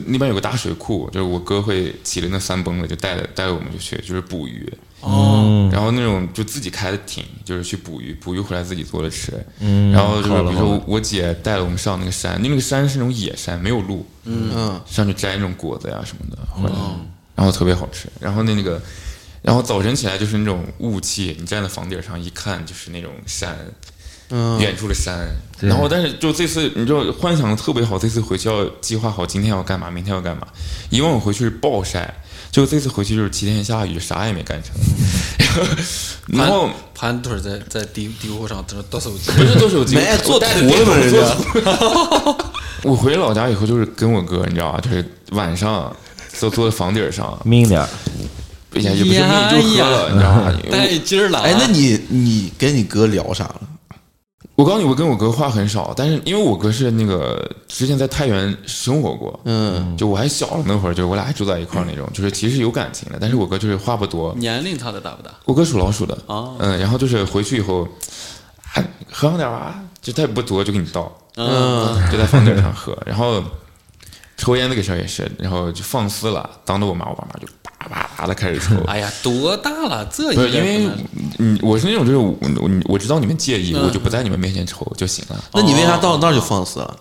G: 那边有个大水库，就是我哥会骑着那三蹦子就带着带着我们就去，就是捕鱼哦。然后那种就自己开的艇，就是去捕鱼，捕鱼回来自己做着吃。嗯。然后就是比如说我我姐带了我们上那个山，因为那个山是那种野山，没有路。嗯。上去摘那种果子呀什么的回来，然后特别好吃。然后那那个然后早晨起来就是那种雾气，你站在房顶上一看就是那种山，远处的山。然后但是就这次，你知道幻想的特别好，这次回去要计划好今天要干嘛，明天要干嘛。以往我回去是暴晒，就这次回去就是七天下雨，啥也没干成。 然后
B: 盘腿在在地地窝上，他说到手机，
G: 不是做手机，
D: 没
G: 我
D: 做
G: 带着
D: 图了吗
G: 电脑
D: 人
G: 做
D: 家
G: 图我回老家以后就是跟我哥，你知道吧，就是晚上坐坐在房顶上，
F: 明点儿，
G: 也也不是
B: 呀
G: 就喝了，你知道吧？
B: 带劲儿了啊。
D: 哎，那你你跟你哥聊啥了？
G: 我告诉你，我跟我哥话很少，但是因为我哥是那个之前在太原生活过，嗯，就我还小了那会儿，就我俩还住在一块儿那种，就是其实有感情的，但是我哥就是话不多，
B: 年龄差的大不大？
G: 我哥属老鼠的
B: 哦
G: 嗯，然后就是回去以后，哎喝上点儿吧，就他也不多，就给你倒，
B: 嗯，
G: 就在房顶上喝， 然后抽烟那个事儿也是，然后就放肆了，当着我妈，我爸妈就叭叭叭的开始抽，
B: 哎呀，多大了？这
G: 不是
B: 也
G: 因为
B: 不能
G: 嗯，我是那种就是我我我知道你们介意，
B: 嗯
G: 我就不在你们面前抽就行了。
D: 那你为啥到那儿就放肆了？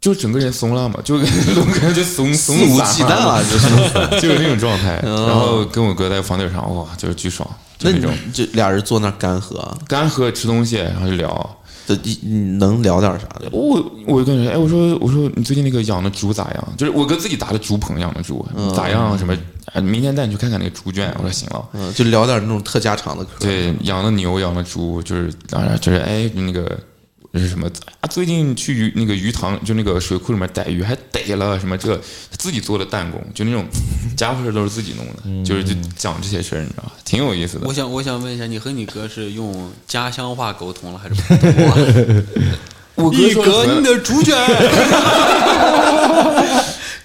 G: 就整个人松了嘛，就 感觉怂
D: 肆
G: 怂
D: 无
G: 散
D: 忌惮了，，就是。 嗯
G: 就有那种状态。然后跟我哥在房顶上，哇，就是巨爽，就
D: 那
G: 那种
D: 你就俩人坐那儿干喝，
G: 干喝吃东西，然后就聊。
D: 这你你能聊点啥的？
G: 我我就跟人说，哎，我说我说你最近那个养的猪咋样？就是我哥自己搭的猪棚养的猪
D: 嗯
G: 咋样啊？什么？哎明天带你去看看那个猪圈。我说行了。
D: 嗯，就聊点那种特家常的嗑。
G: 对，养的牛，养的猪，就是当然就是哎那个。就是什么啊？最近去鱼那个鱼塘，就那个水库里面逮鱼，还逮了什么这自己做的弹弓，就那种家伙事儿都是自己弄
B: 嗯
G: 的，就是就讲这些事儿，你知道吧？挺有意思的
B: 我。想我想问一下，你和你哥是用家乡话沟通了还是普通 话？
G: 我哥
B: 一
G: 说
B: 哥，
G: 很
B: 你的主角，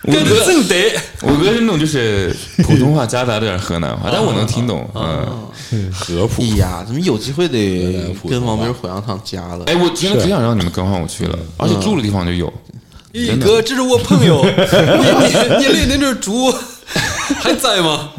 B: 跟着正得。
G: 我哥是那种就是普通话夹杂着点河南话，但我能听懂。
B: 哦
G: 嗯，
E: 合谱
D: 哎呀，怎么有机会得
E: 普通
D: 跟
E: 话
D: 王斌火羊汤加了？
G: 哎，我真的挺想让你们更换我
B: 哦
G: 去了，而且住的地 方就有。
B: 一哥，这是我朋友，你你你累那只猪，还在吗？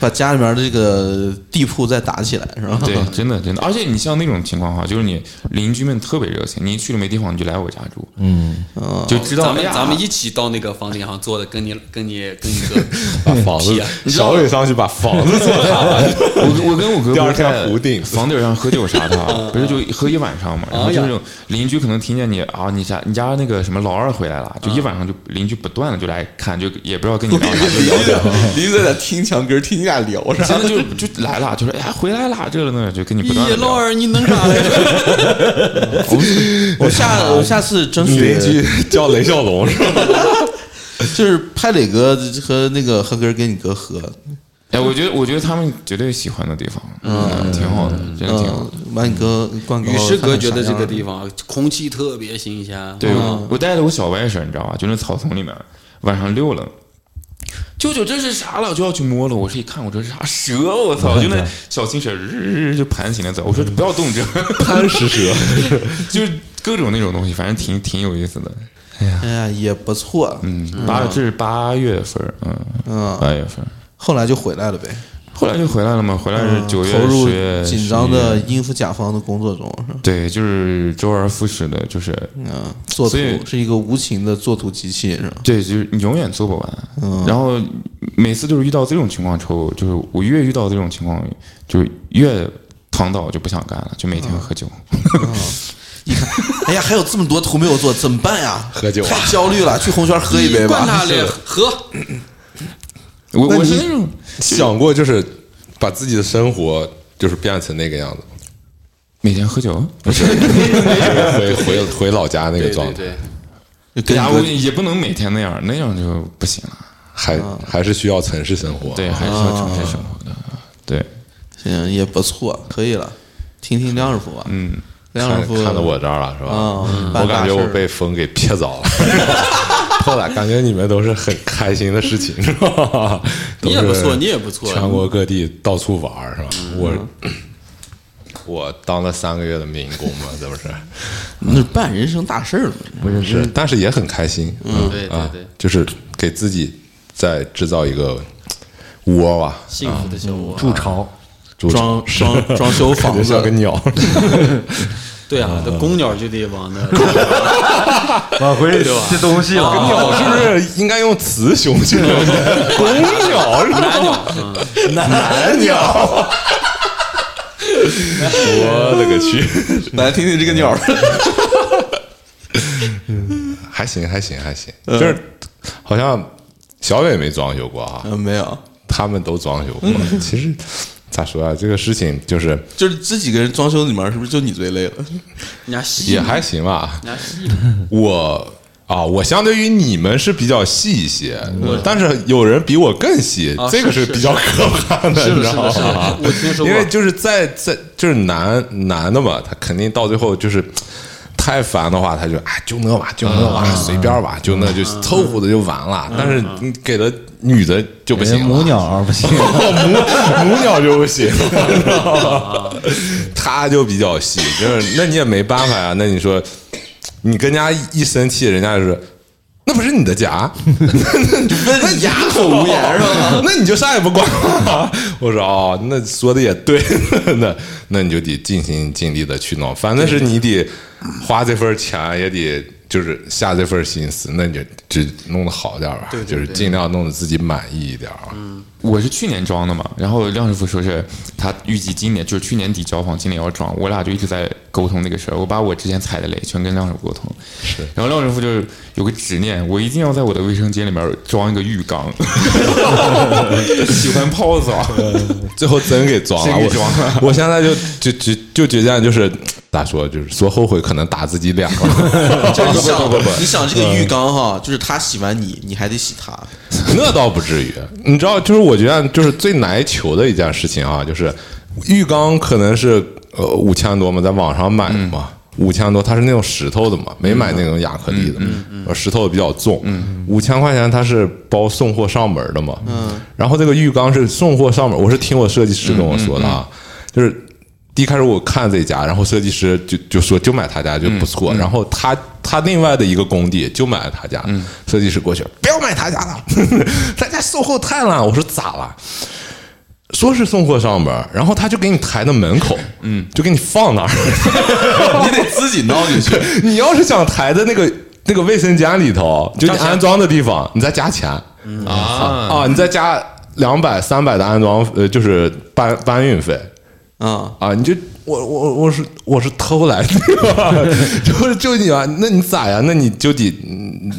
D: 把家里面的这个地铺再打起来，是吧？
G: 对，真的真的，而且你像那种情况哈，就是你邻居们特别热情，你一去了没地方你就来我家住，嗯，就知道
B: 咱们
G: 哎呀
B: 咱们一起到那个房顶上坐的，跟你跟你跟你 哥
E: 把房子
B: 屁啊
E: 小伟上去把房子做 塌了，
G: 我我跟我哥
E: 第
G: 不
E: 二
G: 是
E: 天
G: 在
E: 胡定
G: 房顶上喝酒啥的，啊不是就喝一晚上嘛。然后就
B: 哎呀
G: 是邻居可能听见你啊，你家你家那个什么老二回来了，就一晚上就邻居不断的就来看，就也不知道跟你聊啥，就聊天。
D: 你就在那听墙根儿听你俩聊啥？
G: 真的就就来了，就说哎呀回来啦，这个那个就跟你不断
B: 咦，
G: 的
B: 老
G: 聊。
B: 二，你弄啥来？
D: 我下我下次争
E: 你
D: 取
E: 邻居叫雷小龙是吧？
D: 就是派磊哥和那个何根儿跟你哥喝，
G: 哎，我觉得我觉得他们绝对喜欢的地方，嗯，挺好的，真的挺好的
D: 嗯。，把你哥灌 高。
B: 与世隔绝的
D: 看看啥
B: 这
D: 样
B: 个地 方，空气特别新鲜。
G: 对，
D: 嗯
G: 我带着我小外甥，你知道吧？就那草丛里面，晚上溜了。舅舅，这是啥了？就要去摸了。我是一看，我这是啥蛇？我
D: 嗯
G: 操！就那小青蛇，日日就盘起来走。我说不要动这，
E: 贪食蛇，
G: 就是各种那种东西，反正挺挺有意思的。
D: 哎呀，也不错。
G: 嗯，八这是八月份儿，嗯，八月份儿。
D: 后来就回来了呗，嗯
G: 后来就回来了嘛，回来是九月、
D: 投入
G: 十月、
D: 紧张
G: 11
D: 的
G: 月，
D: 应付甲方的工作中，是吧
G: 对，就是周而复始的，就是
D: 嗯，作图
G: 所以
D: 是一个无情的作图机器，是吧？
G: 对，就是你永远做不完。然后每次就是遇到这种情况之后，就是我越遇到这种情况，就是越躺倒就不想干了，就每天喝酒。
D: 哎呀，还有这么多图没有做，怎么办呀？
E: 喝酒啊
D: 太焦虑了，去红圈喝一杯
B: 你灌
D: 吧
B: 他。嘞，喝。
G: 我
E: 那
G: 我是
E: 你
G: 那种
E: 想过就是把自己的生活就是变成那个样 子吗，
G: 每天喝酒，
E: 回回回老家那个
B: 对
E: 状
B: 对
E: 态，
B: 对，
D: 就跟你
G: 家
D: 哥
G: 务也不能每天那样，那样就不行了。
E: 还
D: 嗯
E: 还是需要城市生活。啊
G: 对，还是要城市生活的。对，
D: 行嗯也不错，可以了。听听梁师傅吧，
G: 嗯，
D: 梁
E: 看
D: 师傅
E: 看到我这儿了是吧？
D: 嗯
E: 我
D: 办
E: 感
D: 大
E: 觉我
D: 事儿
E: 被风给撇早了。 后来感觉你们都是很开心的事情，是吧？
B: 你也不
E: 都
B: 错，
E: 是
B: 你也不错。啊嗯
E: 全国各地到处玩儿是吧？我我当了三个月的民工嘛，这不是？
D: 那是办人生大事儿了。
E: 不是是，但是也很开心。嗯，
B: 对对
E: 啊
B: 对，，
E: 就是给自己再制造一个嗯窝啊吧，
B: 幸福的小窝。
F: 筑巢，
E: 住
D: 装装装修
E: 感
D: 房
E: 觉像
D: 子，
E: 个鸟。
B: 对
D: 嗯
B: 啊，那公鸟就得往 那。
F: 往回 吃东西了。
E: 鸟是不是应该用雌雄性？ 公鸟是吧？
B: 哎呀
D: 啊
E: 男鸟。我勒个去！
D: 来听听这个鸟儿。
E: 还行，还行，还行，就是好像小伟没装修过啊，
D: 嗯，没有，
E: 他们都装修过。其实咋说啊，这个事情就是
D: 就是这几个人装修里面，是不是就你最累了？
B: 人家细，
E: 也
B: 人
E: 还行啊吧。
B: 家细。
E: 我啊，我相对于你们是比较细一些，呃但是有人比我更细，
B: 嗯啊
E: 这个
B: 是
E: 是
B: 是
E: 比较可怕的，
B: 是
E: 你
B: 的，是
E: 知道
B: 的，是
E: 吗
B: 的？，我
D: 啊
B: 听说
E: 因
B: 过。
E: 为就是在在就是男男的嘛，他肯定到最后就是太烦的话，他就哎就那吧，就那吧，
B: 嗯
E: 随便吧，就那就凑合着就完了。但是你给了女的就不
F: 人
E: 行啊
F: 家
E: 了，
F: 哎母鸟儿不行，
E: 母鸟就不行了，他就比较细，就是那你也没办法呀、那你说你跟人家一生气，人家就是。那不是你的 家，那哑口无言是吧？那你就啥也不管。我说哦，那说的也对， 那那你就得尽心尽力的去弄，反正是你得花这份钱，也得就是下这份心思，那你就只弄得好点儿吧，就是尽量弄得自己满意一点儿啊。
G: 我是去年装的嘛，然后亮师傅说是他预计今年就是去年底交房，今年要装，我俩就一直在沟通这个事儿。我把我之前踩的雷全跟亮师傅沟通，是。然后亮师傅就是有个执念，我一定要在我的卫生间里面装一个浴 缸，喜欢泡澡，
E: 最后真给装了，
G: 真
E: 我
G: 给装了
E: 我 现在就就就就决定就是咋说，就是说后悔可能打自己脸 了。
D: 就是你想
E: 不不不，
D: 你想这个浴缸哈，就是他洗完你，你还得洗他。
E: 那倒不至于。你知道，就是我觉得就是最难求的一件事情啊，就是浴缸可能是呃五千多嘛，在网上买的
G: 嗯
E: 嘛。五千多，它是那种石头的嘛，没买那种亚克力
G: 嗯
E: 的，呃石头的比较重。五千块钱它是包送货上门的嘛，
G: 嗯嗯
E: 然后这个浴缸是送货上门，我是听我设计师跟我说的啊，就是第一开始我看这家，然后设计师就就说就买他家就不错，然后他他另外的一个工地就买了他家，设计师过去不要买他家了， 他家售后太烂了。我说咋了？说是送货上门，然后他就给你抬到门口，嗯，就给你放那儿，
D: 你得自己闹 进去。
E: 你要是想抬在那个那个卫生间里头，就你安装的地方，你再加钱
G: 啊
E: 啊，你再加两百、三百的安装，呃，就是搬搬运费
D: 啊，
E: 啊，你就我我我是我是偷来的， 就是就你啊，那你咋呀？那你就得，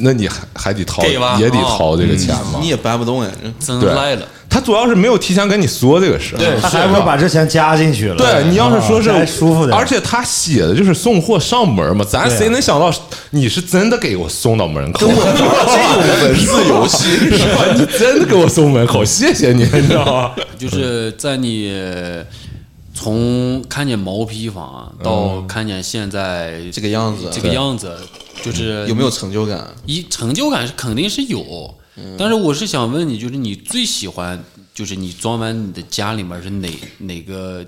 E: 那你还还得掏，
B: 给吧
E: 也得
B: 哦
E: 掏这个钱嘛
D: 嗯你。也搬不动呀。
B: 真
E: 对
B: 赖了。
E: 他主要是没有提前跟你说这个事儿，
B: 对
F: 他还不如把这钱加进去了。
E: 对你要是说是
F: 啊这还舒服点，啊
E: 而且他写的就是送货上门嘛，咱谁能想到你是真的给我送到门口？这文字游戏是吧？ 你真的给我送门口，谢谢你，你知道吗？
B: 就是在你从看见毛坯房啊到看见现在
D: 嗯这个样子
B: 这个样子，就是
D: 有没有成就感？
B: 一成就感是肯定是有，
D: 嗯
B: 但是我是想问你，就是你最喜欢，就是你装完你的家里面是哪哪个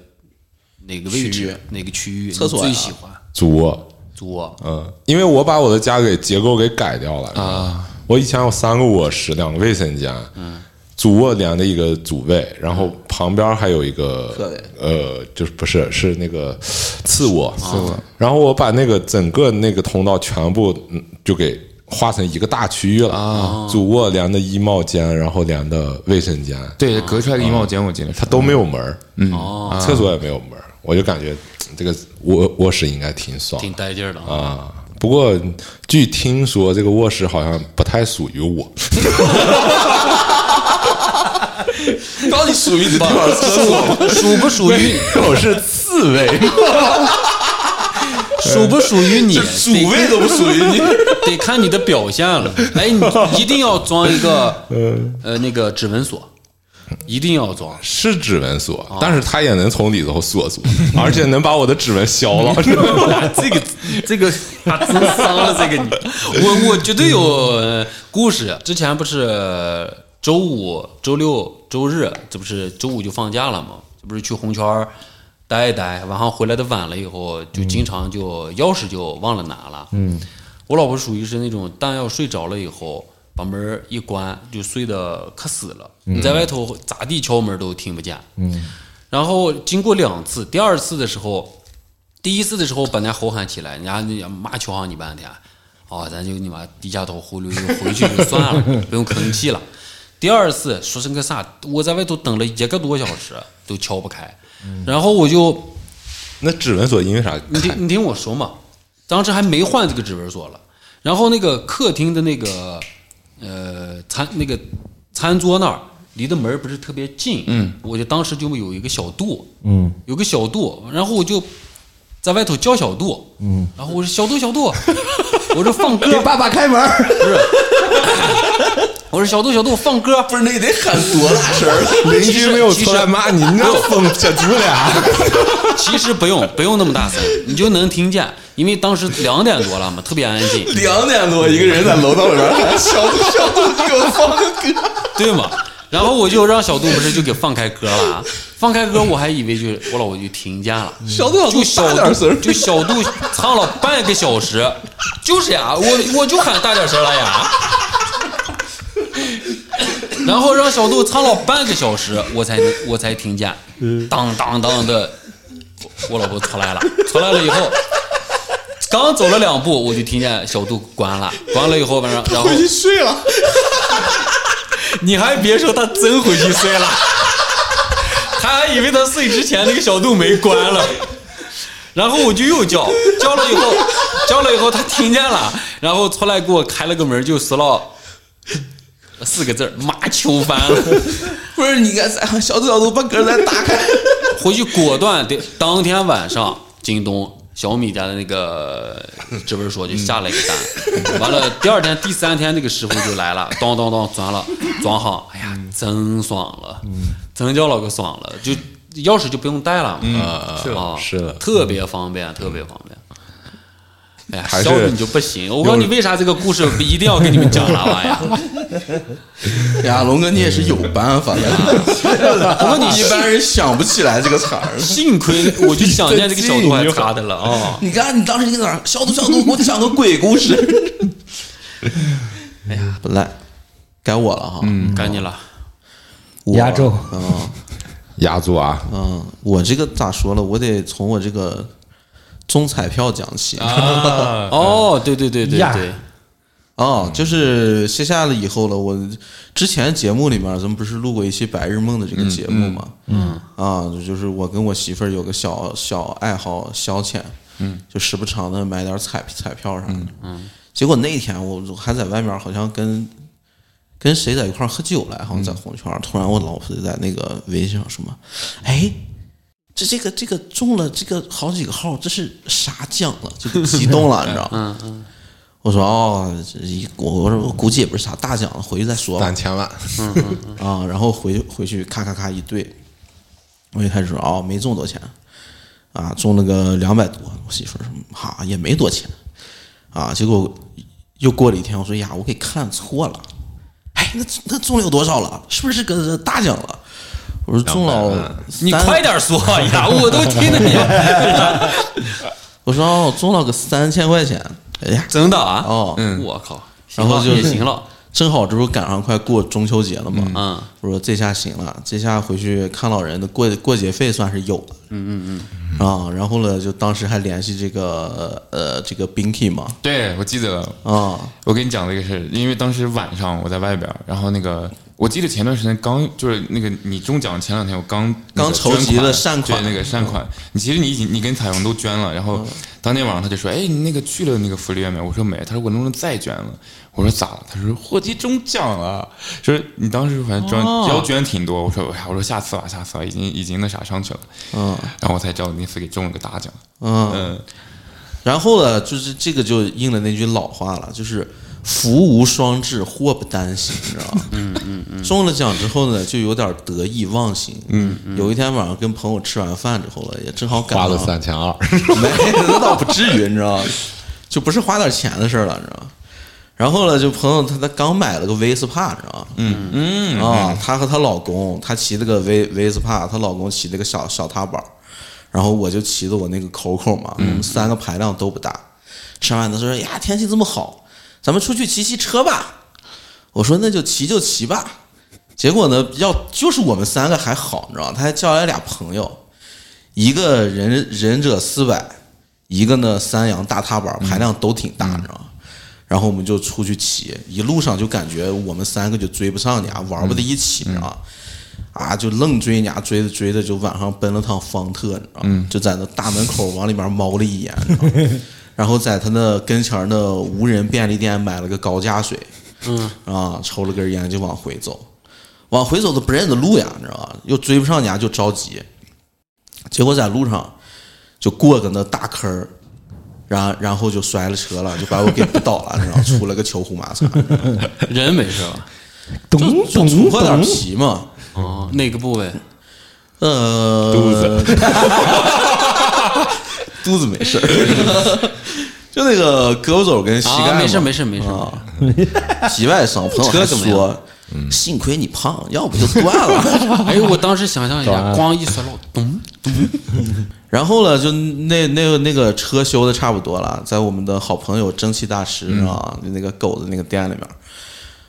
B: 哪个位
D: 区域
B: 置哪个区域？
D: 厕所呀
B: 你最喜欢
E: 足，
B: 主卧
E: 嗯，因为我把我的家给结构给改掉了啊。我以前有三个卧室，两个卫生间，嗯，主卧连着一个主卫，然后旁边还有一个
D: 客卫
E: 呃，就是不是是那个次卧，次卧。然后我把那个整个那个通道全部嗯就给划成一个大区域了啊，主卧连的衣帽间，然后连的卫生间，
G: 对，隔出来个衣帽间，我记得啊他
E: 它都没有门儿，嗯
B: 哦，
E: 厕所也没有门儿，我就感觉这个卧卧室应该挺爽的
B: 挺带劲儿的啊。
E: 啊。不过据听说，这个卧室好像不太属于我，
D: 到底属于你的地方是厕所？
B: 属不属于
E: 我是刺猬。
B: 属不属于你？
D: 主位都不属于你。
B: 得看你的表现了。哎，你一定要装一个
D: 嗯
B: 呃那个指纹锁，一定要装。
E: 是指纹锁，
D: 啊
E: 但是它也能从里头锁 住，而且能把我的指纹 消了。
B: 这个这个啊，真伤了这个你。我我绝对有呃故事。之前不是呃周五、周六、周日，这不是周五就放假了吗？这不是去红圈儿待一待，晚上回来的晚了以后，就经常就钥匙就忘了拿了。嗯，我老婆属于是那种，但要睡着了以后。把门儿一关，就睡得可死了。你在外头咋地敲门都听不见。嗯，然后经过两次，第二次的时候，第一次的时候把人家吼喊起来，人家人家骂求上你半天，哦，咱就你妈低下头回溜溜回去就算了，不用吭气了。第二次说成个啥，我在外头等了一个多小时都敲不开，然后我就
E: 那指纹锁因为啥
B: 你 听你听我说嘛，当时还没换这个指纹锁了，然后那个客厅的那个呃餐那个餐桌那儿离的门儿不是特别近，嗯，我就当时就有一个小度，嗯，有个小度，然后我就在外头叫小度，嗯，然后我说小度小度，我说放歌
F: 给，爸爸开门。
B: 我说小度小度放歌，
D: 不是，那得喊多大声儿？
E: 邻居没有出来骂你，你那疯小猪 俩，
B: 其实不用不用那么大声，你就能听见，因为当时两点多了嘛，特别安静，
D: 两点多，一个人在楼道里边喊：“小杜，小杜，你给我放个歌。
B: 对嘛？然后我就让小杜不是就给放开歌了啊，放开歌我还以为就是我老婆就听见了，
D: 嗯小杜
B: 就小
D: 大点
B: 杜
D: 声儿
B: 就小杜唱了半个小时，就是呀，我我就喊大点声了呀。然后让小杜唱了半个小时，我才能我才听见，当当当的，我老婆出来了，出来了以后，刚走了两步，我就听见小杜关了，关了以后，晚上然后
D: 回去睡了。
B: 你还别说，他真回去睡了，他还以为他睡之前那个小度没关了。然后我就又叫，叫了以后，叫了以后他听见了，然后出来给我开了个门，就说了四个字儿“妈秋翻了”，
D: 不是，你看，小杜，小杜，把歌再打开。
B: 回去果断得当天晚上，京东小米家的那个 指纹锁就下了一个单，完了第二天、第三天那个师傅就来了，当当当装了装好，哎
D: 嗯
B: 呀，真爽了，真叫老个爽了，就钥
D: 嗯
B: 匙就不用带了嘛，啊，
E: 是的
B: 特别方便，特别方便。哎呀，
E: 还
B: 削
E: 是
B: 你就不行。我告诉你，为啥这个故事一定要跟你们讲哎啥玩意儿？
D: 呀，龙哥，你也是有办 法的。我你一般人想不起来这个词 儿。
B: 幸亏我就想念这个小段还插 的了啊！
D: 你看，你当时你在哪儿消毒消毒，给我讲个鬼故事。 哎呀，本来该我了哈。嗯，
B: 该你了，
D: 我
F: 压轴
E: 压住啊，
D: 嗯，我这个咋说了？我得从我这个中彩票讲起啊、
B: 哦，
D: 嗯
B: 对对对对
F: 呀
B: 对，
D: 哦就是卸下了以后了。我之前节目里面咱们不是录过一期《白日梦》的这个节目嘛？嗯，啊，就是我跟我媳妇儿有个小小爱好消遣，嗯，就时不常的买点彩彩票啥的，嗯。结果那天我我还在外面，好像跟跟谁在一块儿喝酒来，好像在红圈儿。突然我老婆就在那个微信上说嘛，哎，这这个这个中了这个好几个号，这是啥奖了？就激动了，你知道吗？嗯嗯。我说哦，这一我我说我估计也不是啥大奖了，回去再说吧
E: 但。千万
D: 啊，然后回回去咔咔咔一对，我一开始说哦没中多钱，啊中了个两百多，我媳妇儿说哈也没多钱，啊结果又过了一天，我说呀我给看错了，哎那那中了有多少了？是不是个大奖了？我说中
E: 200
D: 了
E: 万，
B: 你快！点 说呀，我都听着你。
D: 我说哦中了个三千块钱，哎呀
B: 真的啊？
D: 哦
B: 我靠，
D: 然后
B: 行
D: 就
B: 了也行了，
D: 正好这不赶上快过中秋节了嘛，
B: 嗯
D: 我说这下行了，这下回去看老人的过过节费算是有了，嗯嗯嗯，啊，然后呢，就当时还联系这个呃这个 Binky 嘛，
G: 对，我记得了。
D: 啊，
G: 我跟你讲这个事儿，因为当时晚上我在外边儿，然后那个我记得前段时间刚就是那个你中奖前两天我刚那个
D: 刚筹集了善款嗯
G: 对那个善款，你其实你已经你跟彩虹都捐了，然后当天晚上他就说，哎，你那个去了那个福利院没？我说没，他说我能不能再捐了？我说咋了？他说霍奇中奖了，就是你当时反正捐
D: 哦
G: 要捐挺多，我说哎呀，我说下次吧，下次吧，已经已经那啥上去了，
D: 嗯
G: 然后我才知道我那次给中了个大奖，
D: 嗯，
G: 嗯，
D: 然后呢，就是这个就应了那句老话了，就是福无双至，祸不单行，你知道吗？嗯嗯嗯，中了奖之后呢，就有点得意忘形，嗯嗯，有一天晚上跟朋友吃完饭之后了，也正好赶
E: 花
D: 上
E: 了三千二，
D: 没， 那倒不至于，你知道吗？就不是花点钱的事儿了，你知道吗？然后呢，就朋友他他刚买了个威斯帕，你知道吗？嗯嗯啊，她和她老公，她骑了个威威斯帕，她老公骑了个小小踏板儿，然后我就骑着我那个 COCO 嘛，我们三个排量都不大。吃完他说哎呀，天气这么好，咱们出去骑骑车吧。我说那就骑就骑吧。结果呢，要就是我们三个还好，你知道吗？他还叫来俩朋友，一个忍忍者四百，一个呢三洋大踏板，排量都挺大，你知道吗？然后我们就出去骑，一路上就感觉我们三个就追不上你啊，玩不到一起，你知道吗？啊，就愣追你啊，追着追着就晚上奔了趟方特，你知道吗？就在那大门口往里面猫了一眼，你知道吗？然后在他那跟前儿的无人便利店买了个高价水，嗯，啊，抽了根烟就往回走，往回走都不认得路呀，你知道吧？又追不上你啊，就着急。结果在路上就过个那大坑儿，然然后就摔了车了，就把我给扑倒了，你知道吗，出了个球胡 马擦，你知道吗
B: 人没事吧？
F: 咚
D: 就就
F: 咚
D: 出破点
F: 咚，
D: 皮嘛，
B: 哦，哪个部位？
D: 呃，肚子，肚子没事 儿，就那个胳膊肘跟膝盖
B: 啊
D: 嘛、
B: 没事没事没事
D: 啊，皮外伤。朋友还
B: 车怎么样
D: 说，幸亏你胖，要不就断 了。
B: 哎呦，我当时想 象一下，咣一摔落，咚，
D: 然后呢，就那那那个车修的差不多了，在我们的好朋友蒸汽大师啊，就那个狗的那个店里面。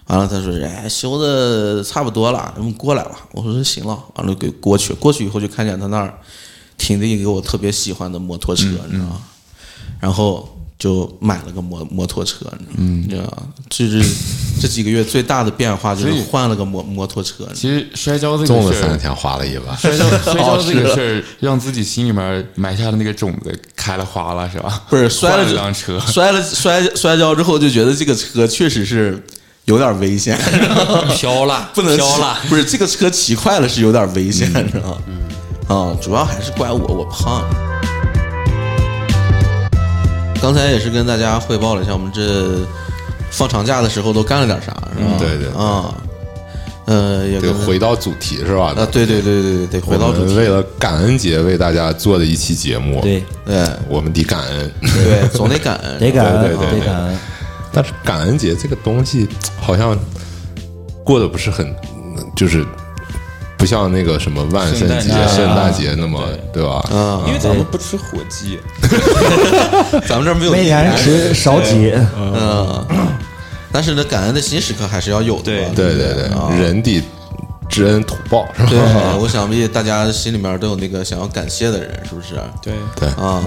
D: 完了，他说：“哎，修的差不多了，你们过来吧。”我说：“行了。”完了，给过去，过去以后就看见他那儿停着一个我特别喜欢的摩托车，你知道吗？然后就买了个摩摩托车，你知道吗？这是这几个月最大的变化就是换了个摩摩托车，
G: 其实摔跤这个
E: 中了
G: 事儿
E: 三千，花了一万，
G: 摔跤摔跤这个事儿，哦让自己心里面埋下的那个种子开了花了，是吧？
D: 不是摔
G: 换
D: 了
G: 了
D: 之
G: 辆车，
D: 摔了摔摔跤之后就觉得这个车确实是有点危险，
B: 飘了，
D: 不能骑
B: 飘了。
D: 不是这个车骑快了是有点危险，知道吗？啊，主要还是怪我，我胖。刚才也是跟大家汇啊报了一下，我们这放长假的时候都干了点啥，是吧？
E: 对对对
D: 啊，呃，也
E: 嗯得
D: 跟
E: 回到主题是吧？
D: 啊，对对对对对，得回到
E: 我
D: 主
E: 们
D: 题。
E: 为了感恩节为大家做的一期节目，
F: 对，
D: 哎，
E: 我们得感恩。
D: 对，总得感恩，
F: 得感恩，
E: 对对对
F: 得感恩。
E: 但是感恩节这个东西好像过得不是很，就是不像那个什么万圣节、
G: 圣诞节
E: 圣诞节那么，对吧？
D: 啊，
G: 因为咱们不吃火鸡，
D: 咱们这儿没有
F: 每
D: 地
F: 年
D: 盘
F: 只少几，
D: 嗯，但是呢，感恩的新时刻还是要有的
G: 对
D: 吧，
E: 对
D: 不
E: 对对，
D: 啊
E: 人得知恩图报是吧？
D: 对， 呃我想必大家心里面都有那个想要感谢的人，是不是？
G: 对，
E: 对，
D: 啊，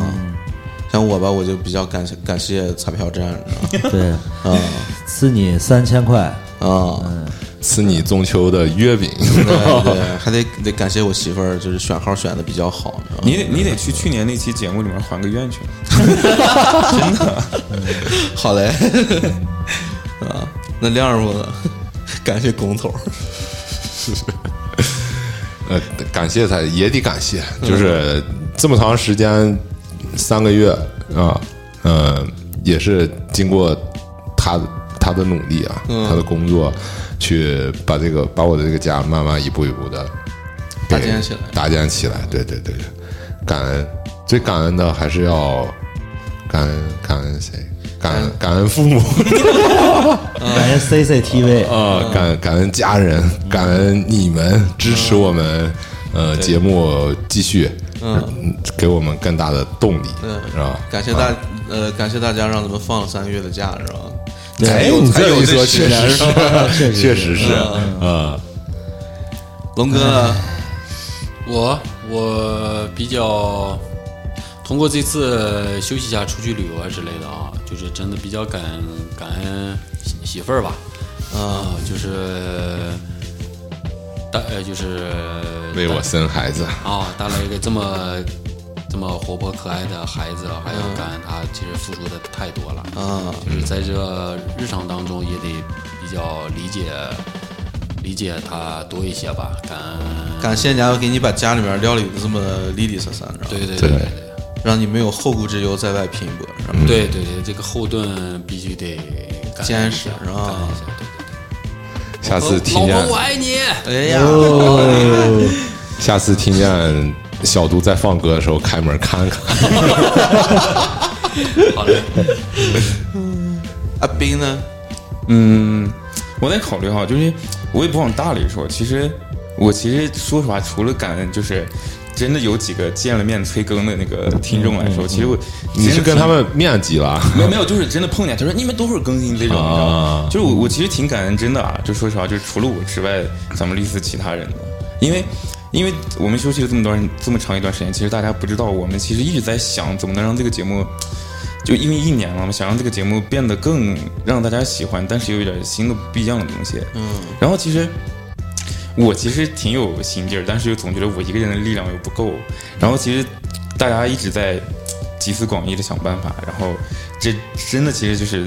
D: 像我吧，我就比较感谢感谢彩票站，你知
F: 对，
D: 道吗
F: 赐你三千块，
D: 啊
E: 嗯
D: 啊，
E: 赐你中秋的月 饼，
D: 对对，还得得感谢我媳妇儿，就是选号选的比较好，你知道吗
G: 你得你得去去年那期节目里面还个愿去。
D: 好嘞，
E: 嗯
D: 啊，那亮儿我 感谢工
E: 啊
D: 头，
E: 呃，感谢他也得感谢，
D: 嗯
E: 就是这么长时间，三个月啊，呃，也是经过他他的努力啊，
D: 嗯
E: 他的工作，去把这个把我的这个家慢慢一步一步的
D: 搭建起来
E: 搭建起来，对对对，对感恩，最感恩的还是要感恩感恩谁？感恩感恩父母
F: 感谢 CCTV，
E: 啊，感感恩家人，感恩你们支持我们，呃，节目继续，嗯，给我们更大的动力，是吧？啊
D: 感谢大呃感谢大家让咱们放了三个月的假，是吧？
E: 哎，你这一说，确实是，确实是，啊，
D: 龙哥，啊
B: 我我比较通过这次休息一下，出去旅游啊之类的啊，就是真的比较感感恩媳媳妇儿吧，啊、就是大呃就是
E: 为我生孩子，
B: 啊带了一个这么这么活泼可爱的孩子，还要感恩他，其实付出的太多了
E: 嗯
D: 啊，
B: 就是在这日常当中也得比较理解理解他多一些吧，感恩，
D: 感谢人家给你把家里面料理的这么利利索索，你知道吗？
B: 对对对对对。
D: 让你没有后顾之忧，在外拼搏，是吧？
B: 对对对，这个后盾必须得感恩
D: 坚
B: 一
D: 实
B: 下
D: 啊
B: 感恩一下对
E: 下次
B: 对对
E: 听
B: 老
E: 见，
B: 婆我爱你。
D: 哎呀，
E: 下次听见小杜在放歌的时候，开门看看。
B: 好嘞，
D: 阿斌呢？
G: 嗯，我得考虑哈，就是我也不往大里说。其实我其实说实话，除了感恩，就是真的有几个见了面催更的那个听众来说，其实我
E: 你是
G: 真的
E: 跟
G: 挺
E: 他们面基了？
G: 没有没有，就是真的碰见，他说你们多会儿更新这种，你知道
E: 啊
G: 吗？就是我我其实挺感恩，真的啊，就说实话，就是除了我之外，咱们类似其他人的，因为因为我们休息了这么段这么长一段时间，其实大家不知道，我们其实一直在想怎么能让这个节目。就因为一年了嘛，想让这个节目变得更让大家喜欢，但是有一点新的不一样的东西。嗯，然后其实我其实挺有心劲儿，但是又总觉得我一个人的力量又不够。然后其实大家一直在集思广益的想办法，然后这真的其实就是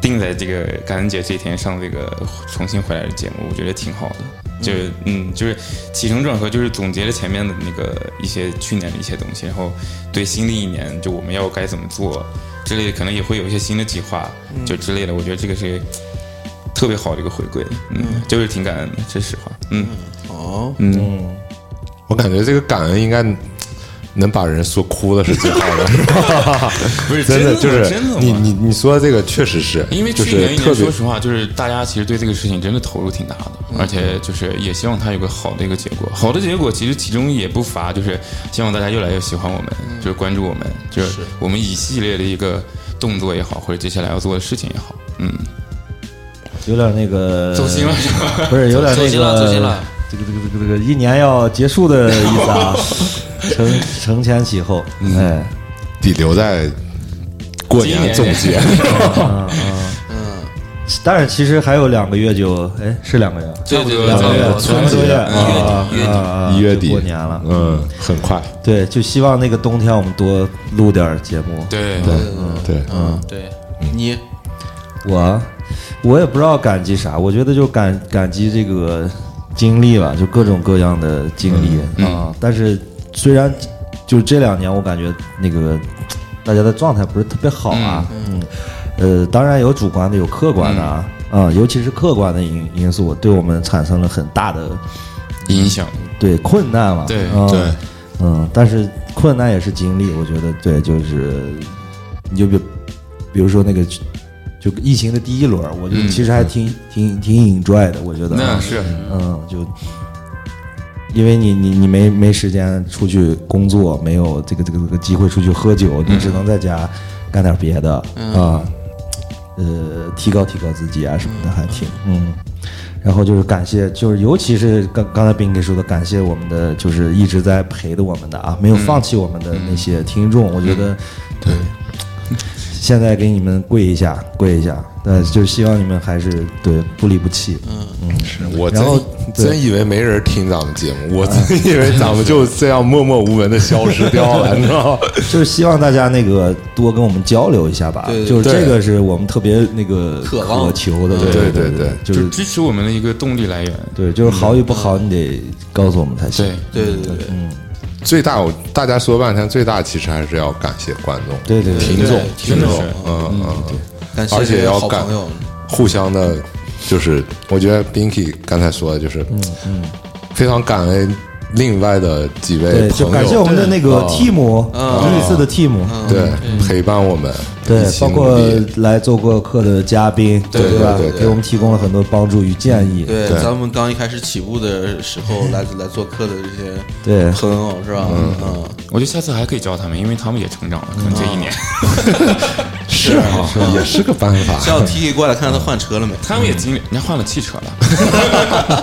G: 定在这个感恩节这一天上这个重新回来的节目，我觉得挺好的。就是嗯，就是起承转合，就是总结了前面的那个一些去年的一些东西，然后对新的一年就我们要该怎么做之类的，可能也会有一些新的计划，就之类的。我觉得这个是特别好的一个回归，嗯，就是挺感恩的，这是实话，嗯
D: 哦，
G: 嗯，
E: 我感觉这个感恩应该能把人说哭的是最 好的。
G: 不是
E: 真的
G: 的
E: 就是
G: 真的
E: 你
G: 吗
E: 你你说的这个确实是，
G: 因为
E: 就
G: 去
E: 是
G: 年一
E: 特
G: 年，
E: 别嗯
G: 说实话，就是大家其实对这个事情真的投入挺大的，而且就是也希望它有个好的一个结果。好的结果其实其中也不乏就是希望大家越来越喜欢我们，
E: 嗯
G: 就是关注我们，就是我们一系列的一个动作也好，或者接下来要做的事情也好，嗯，
F: 有点那个
E: 呃
G: 走心了是吧？
F: 不是有点
B: 走
F: 那
B: 心了走心
F: 个
B: 了
F: 这个这个这个这个一年要结束的意思啊，承承前启后，哎，
E: 得留在过年总结。
F: 但是其实还有两个月就哎是两个月，
B: 对对对，
E: 差
B: 差
E: 不多
B: 不多
F: 两个多月啊
B: 月底月底
F: 啊
E: 一月
F: 就
E: 底
F: 过年了，
E: 嗯，很快，
F: 对，就希望那个冬天我们多录点儿节目。
G: 对，
E: 对，嗯，
B: 对，
D: 你
F: 我我也不知道感激啥，我觉得就感感激这个经历吧，就各种各样的经历、啊。但是虽然就这两年，我感觉那个大家的状态不是特别好啊，嗯，呃，当然有主观的，有客观的啊。啊、尤其是客观的因因素，对我们产生了很大的
G: 影响，
F: 对困难嘛，
G: 对
F: 嗯
G: 对，
F: 嗯，但是困难也是经历，我觉得对，就是你就比比如说那个就疫情的第一轮，我就
G: 嗯
F: 其实还挺、挺挺 enjoy 的，我觉得
G: 那是
F: 嗯，就因为你你你没没时间出去工作，没有这个这个这个机会出去喝酒，
G: 嗯
F: 你只能在家干点别的啊、呃，提高提高自己啊什么的，还挺嗯。然后就是感谢，就是尤其是刚刚才斌哥说的，感谢我们的就是一直在陪着我们的啊，没有放弃我们的那些听众，我觉得对。现在给你们跪一下，跪一下，呃，就是希望你们还是对不离不弃，嗯
E: 嗯我真
F: 然后对啊
E: 真以为没人听咱们节目，我真以 为咱们就这样默默无闻的消失掉了，你知道吗？
F: 就是希望大家那个多跟我们交流一下吧，
B: 对对
F: 就是
E: 对
F: 这个是我们特别那个
B: 渴望
F: 求的，
E: 对
F: 对
E: 对对
F: 就
G: 就是支持我们的一个动力来源。
F: 对，就是好与不好你得告诉我们才行
G: 对，，
B: 对对对对
E: 最大我大家说半天，最大其实还是要感谢观众，
F: 对对对
E: 听众，
B: 听众
E: 嗯嗯，嗯
D: 感
E: 而且
D: 谢
E: 要
D: 好
E: 感
D: 朋友，
E: 互相的，就是我觉得 Binky 刚才说的就是，非常感恩另外的几位
F: 对，
E: 朋
F: 就
E: 友，
F: 感谢我们的那个
E: 啊
F: team，绿色的 team，哦
E: 对陪伴我们，
F: 对
E: 一，起
F: 包括
E: 努力
F: 来做过客的嘉宾，
E: 对
F: 吧
E: 对对？对
F: 给我们提供了很多帮助与建议，
D: 对，咱们刚一开始起步的时候来来做客的这些
F: 对
D: 朋友是吧？嗯，
G: 我觉得下次还可以教他们，因为他们也成长了，可能这
E: 嗯
G: 一年
E: 是啊， 也是个办法，
D: 叫 T 过来看看他换车了没？
G: 他们也经历，人家换了汽车了，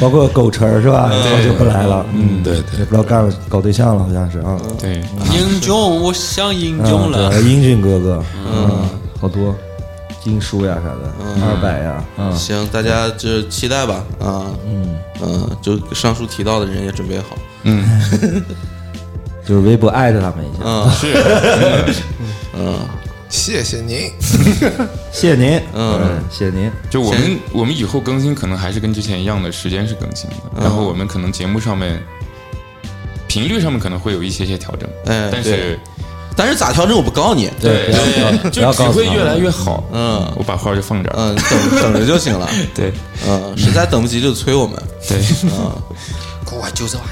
F: 包括狗晨儿是吧？好久不来了，嗯，
E: 对对
F: 也不知道干了搞对象了，好像是啊，
G: 对，
B: 英雄，我想英
F: 嗯
B: 雄了。
F: 对英俊哥哥，嗯，好多金书呀啥的，二百呀，嗯，
D: 行，大家就期待吧，啊，嗯嗯，就上述提到的人也准备好，
F: 就是微博艾特他们一下，
D: 嗯，
E: 谢谢您。
F: 谢谢您，嗯，谢谢您，
G: 就我们我们以后更新可能还是跟之前一样的时间是更新的，然后我们可能节目上面频率上面可能会有一些些调整，
D: 哎
G: 但是
D: 但是咋调整我不告你，
F: 对不要
G: 对，
F: 不要
G: 就只
F: 告诉
G: 会
F: 他
G: 越
F: 们
G: 来越好。
D: 嗯
G: 我把话就放这儿。
D: 嗯，等等着就行了，
G: 对
D: 嗯，实在等不及就催我们，
G: 对，
B: 我就这吧，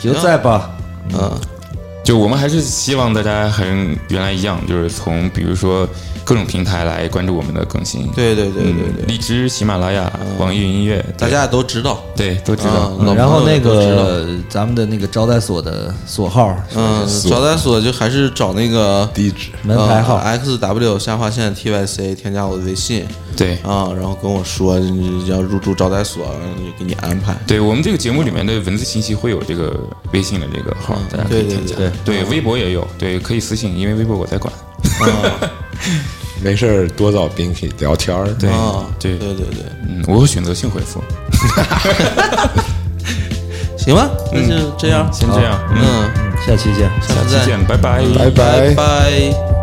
B: 就
F: 就在吧，
D: 嗯
G: 就我们还是希望大家还是原来一样，就是从比如说各种平台来关注我们的更新。，
D: 对对对对
G: 嗯，
D: 对，
G: 荔枝、喜马拉雅、网易云音乐，
D: 大家也都知道，
G: 对都知道。
D: 嗯，老
F: 然后
D: 朋友
F: 那
D: 也都知道
F: 个咱们的那个招待所的所号，
D: 嗯，招待所就还是找那个
E: 地址
F: 门牌号
D: 呃 xw 下划线 tyc，添加我的微信
G: 对
D: 啊，然后跟我说你要入住招待所，然后就给你安排。
G: 对，我们这个节目里面的文字信息会有这个微信的这个号，大家可
D: 对
G: 以
D: 对
G: 添加。
D: 对
G: 对，微博也有，对，可以私信，因为微博我在管。
E: 没事儿多找 Binky 聊天儿，
F: 哎
G: 对
D: 啊，
G: 对
D: 对对对，
G: 嗯，我会选择性回复。
D: 行吧，那就这样，
G: 先这样，嗯，
D: 嗯，
F: 下期见。
D: 下
G: 下
D: 次
G: 期
D: 再
G: 见，拜拜，
E: 拜
D: 拜拜。